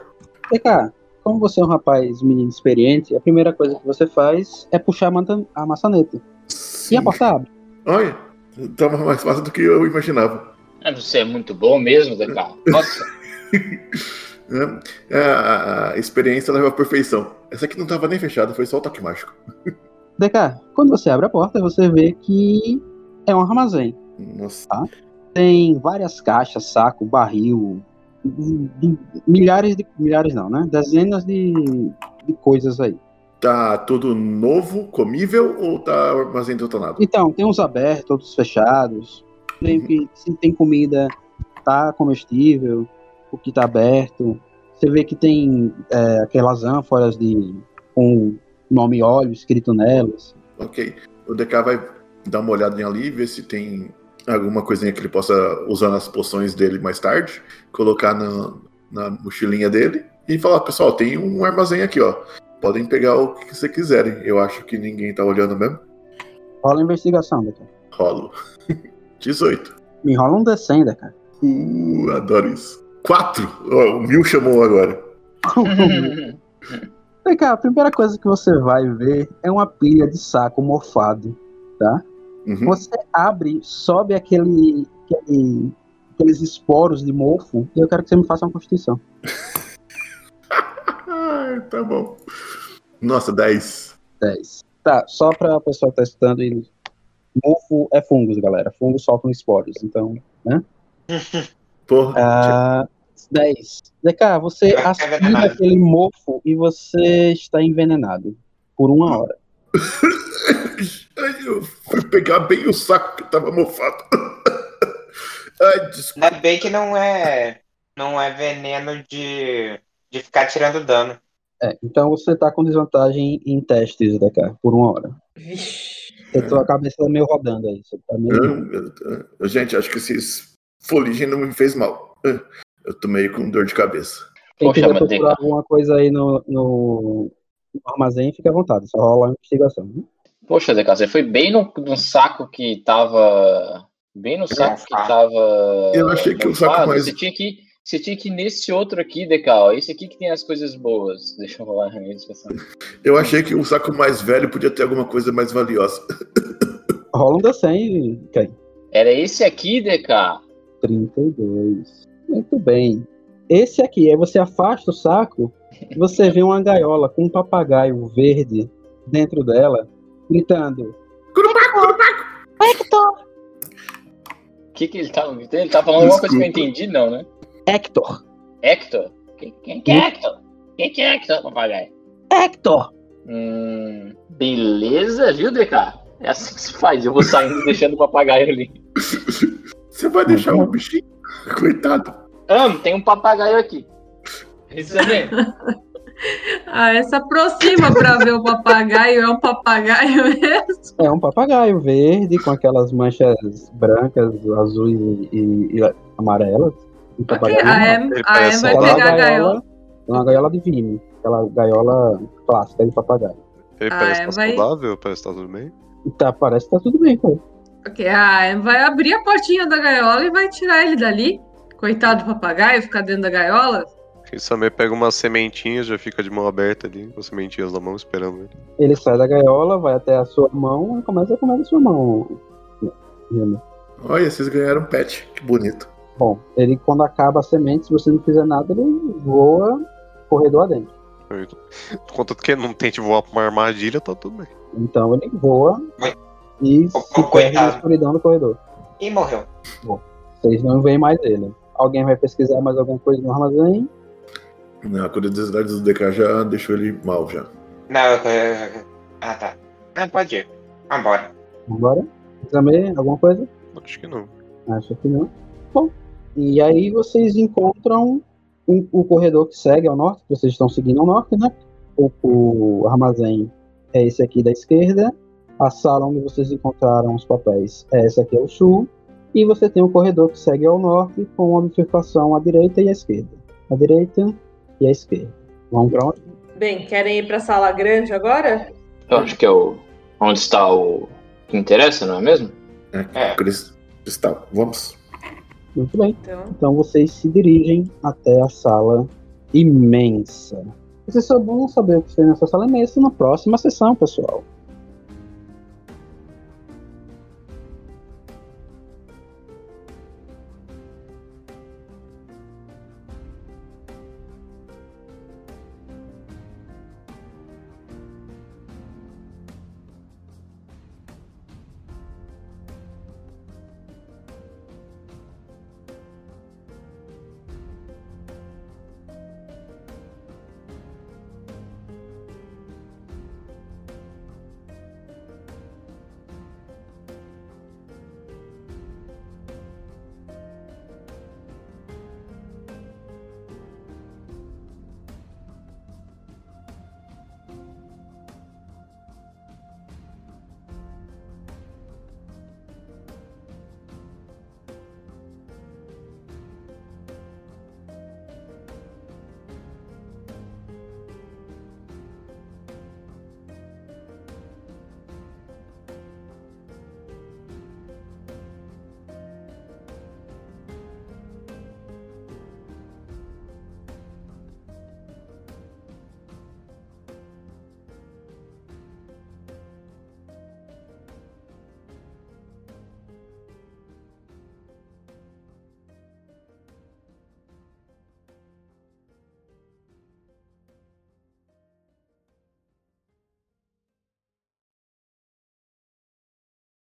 Speaker 2: Vem cá, como você é um rapaz menino experiente, a primeira coisa que você faz é puxar a, manta- a maçaneta. E a porta abre.
Speaker 3: Olha, tava mais fácil do que eu imaginava.
Speaker 6: Ah, Você é muito bom mesmo, DK. Nossa,
Speaker 3: <laughs>
Speaker 6: <laughs>
Speaker 3: né? A, a- a experiência leva à perfeição. Essa aqui não tava nem fechada, foi só o toque mágico.
Speaker 2: DK, quando você abre a porta, você vê que é um armazém.
Speaker 3: Nossa.
Speaker 2: Tem várias caixas, saco, barril, de- de- milhares de. Milhares não, né? Dezenas de, de coisas aí.
Speaker 3: Tá tudo novo, comível ou tá armazém detonado?
Speaker 2: Então, tem uns abertos, outros fechados. Tem, que- se tem comida, tá comestível, o que tá aberto. Você vê que tem é, aquelas ânforas de, com nome óleo escrito nelas.
Speaker 3: Ok. O DK vai dar uma olhadinha ali e ver se tem alguma coisinha que ele possa usar nas poções dele mais tarde, colocar na, na mochilinha dele e falar, pessoal, tem um armazém aqui, ó. Podem pegar o que vocês quiserem. Eu acho que ninguém tá olhando mesmo.
Speaker 2: Rola a investigação, DK.
Speaker 3: Rolo. <laughs> 18.
Speaker 2: Me rola um D100, DK.
Speaker 3: Uh, adoro isso. 4! o Mil chamou agora.
Speaker 2: Vem cá, a primeira coisa que você vai ver é uma pilha de saco mofado.
Speaker 3: Uhum.
Speaker 2: Você abre, sobe aquele, aquele- aqueles esporos de mofo e eu quero que você me faça uma constituição.
Speaker 3: Ah, tá bom. Nossa, 10.
Speaker 2: 10. Tá, só pra pessoal que tá estudando, e- mofo é fungos, galera. Fungos soltam esporos, então...
Speaker 3: Porra.
Speaker 2: ah, 10. DK, você
Speaker 4: Vai ficar
Speaker 2: aspira
Speaker 4: envenenado.
Speaker 2: aquele mofo e você está envenenado por uma hora.
Speaker 3: Ai, eu fui pegar bem o saco que tava mofado. <laughs> Ai, desculpa.
Speaker 4: Ainda bem que não é. Não é veneno de. de ficar tirando dano.
Speaker 2: É, então você tá com desvantagem em testes, DK, por uma hora.
Speaker 7: Vixe.
Speaker 2: Eu tô a cabeça meio rodando aí. Você tá meio...
Speaker 3: Ah, Gente, acho que esses foligem não me fez mal. Ah, Eu tô meio com dor de cabeça.
Speaker 2: Quem
Speaker 6: Poxa,
Speaker 2: quiser
Speaker 6: mas
Speaker 2: procurar
Speaker 6: DK.
Speaker 2: alguma coisa aí no, no no armazém, fica à vontade. Só rola a investigação. viu?
Speaker 6: Poxa, DK, você foi bem no, no saco que tava. Bem no saco que tava.
Speaker 3: Eu achei que o saco
Speaker 6: montado.
Speaker 3: mais-
Speaker 6: Você tinha que. Você tinha que ir nesse outro aqui, DK, ó. Esse aqui que tem as coisas boas. <laughs> Deixa eu rolar a discussão.
Speaker 3: Eu achei que o saco mais velho podia ter alguma coisa mais valiosa.
Speaker 2: Rola um D100 e cai.
Speaker 6: Era esse aqui, DK.
Speaker 2: 32. Muito bem. Esse aqui, aí você afasta o saco, você vê uma gaiola com um papagaio verde dentro dela, gritando. Hector!
Speaker 6: O que, que ele tá gritando? Ele tá falando alguma coisa que eu
Speaker 3: Desculpa.
Speaker 6: entendi, não, né?
Speaker 2: Hector!
Speaker 6: Hector? Quem, quem que é
Speaker 3: Hum.
Speaker 6: Hector? Quem que é Hector, papagaio?
Speaker 2: Hector!
Speaker 6: Hum, beleza, viu, DK? É assim que se faz. Eu vou saindo <laughs> e deixando o papagaio ali.
Speaker 3: Você vai deixar o bichinho? Coitado.
Speaker 6: Amo, tem um papagaio aqui. é Isso também.
Speaker 8: Ah, essa aproxima pra ver o papagaio. É um papagaio mesmo?
Speaker 2: É um papagaio verde com aquelas manchas brancas, azuis e, e- e amarelas. Um papagaio
Speaker 8: A Em,
Speaker 5: Ele
Speaker 8: a Em
Speaker 5: parece
Speaker 8: vai
Speaker 5: um
Speaker 2: Ela é uma
Speaker 8: pegar a gaiola.
Speaker 2: É uma gaiola de vime, aquela gaiola clássica de papagaio.
Speaker 5: Ele
Speaker 8: Ah,
Speaker 5: parece
Speaker 8: é,
Speaker 5: estar
Speaker 8: vai-
Speaker 5: saudável, parece estar tudo bem.
Speaker 2: E tá, parece que tá tudo bem, cara.
Speaker 8: Ok, a Em vai abrir a portinha da gaiola e vai tirar ele dali. Coitado do papagaio, ficar dentro da gaiola.
Speaker 5: E Samir pega umas sementinhas, já fica de mão aberta ali, com as sementinhas na mão, esperando ele.
Speaker 2: Ele sai da gaiola, vai até a sua mão e começa a comer a sua mão. Renan.
Speaker 3: Olha, vocês ganharam um pet. Que bonito.
Speaker 2: Bom, ele quando acaba a semente, se você não fizer nada, ele voa corredor adentro.
Speaker 5: Contanto que ele não tente voar pra uma armadilha, tá tudo bem.
Speaker 2: Então ele voa e
Speaker 4: Ô,
Speaker 2: se perde na
Speaker 4: coitado.
Speaker 2: escuridão do corredor.
Speaker 4: E morreu.
Speaker 2: Vocês não veem mais ele. Alguém vai pesquisar mais alguma coisa no armazém?
Speaker 3: Não, A curiosidade do DK já deixou ele mal já.
Speaker 4: Não, eu- eu- eu- Ah, tá. Não, pode ir. Vambora.
Speaker 2: Vambora? Exame, alguma coisa?
Speaker 5: Acho que não.
Speaker 2: Acho que não. Bom, e aí vocês encontram o, o corredor que segue ao norte, que vocês estão seguindo ao norte, né? O, o armazém é esse aqui da esquerda. A sala onde vocês encontraram os papéis é essa aqui ao sul. E você tem o corredor que segue ao norte com uma bifurcação à direita e à esquerda. À direita e à esquerda. Vamos pra onde?
Speaker 7: Bem, querem ir pra sala grande agora?
Speaker 6: Eu acho que é o. Onde está o. que interessa, não é mesmo?
Speaker 4: É.
Speaker 3: Cris- Cristal, vamos.
Speaker 2: Muito bem.
Speaker 7: Então,
Speaker 2: Então vocês se dirigem até a sala imensa. Vocês só vão saber o que tem nessa sala imensa na próxima sessão, pessoal.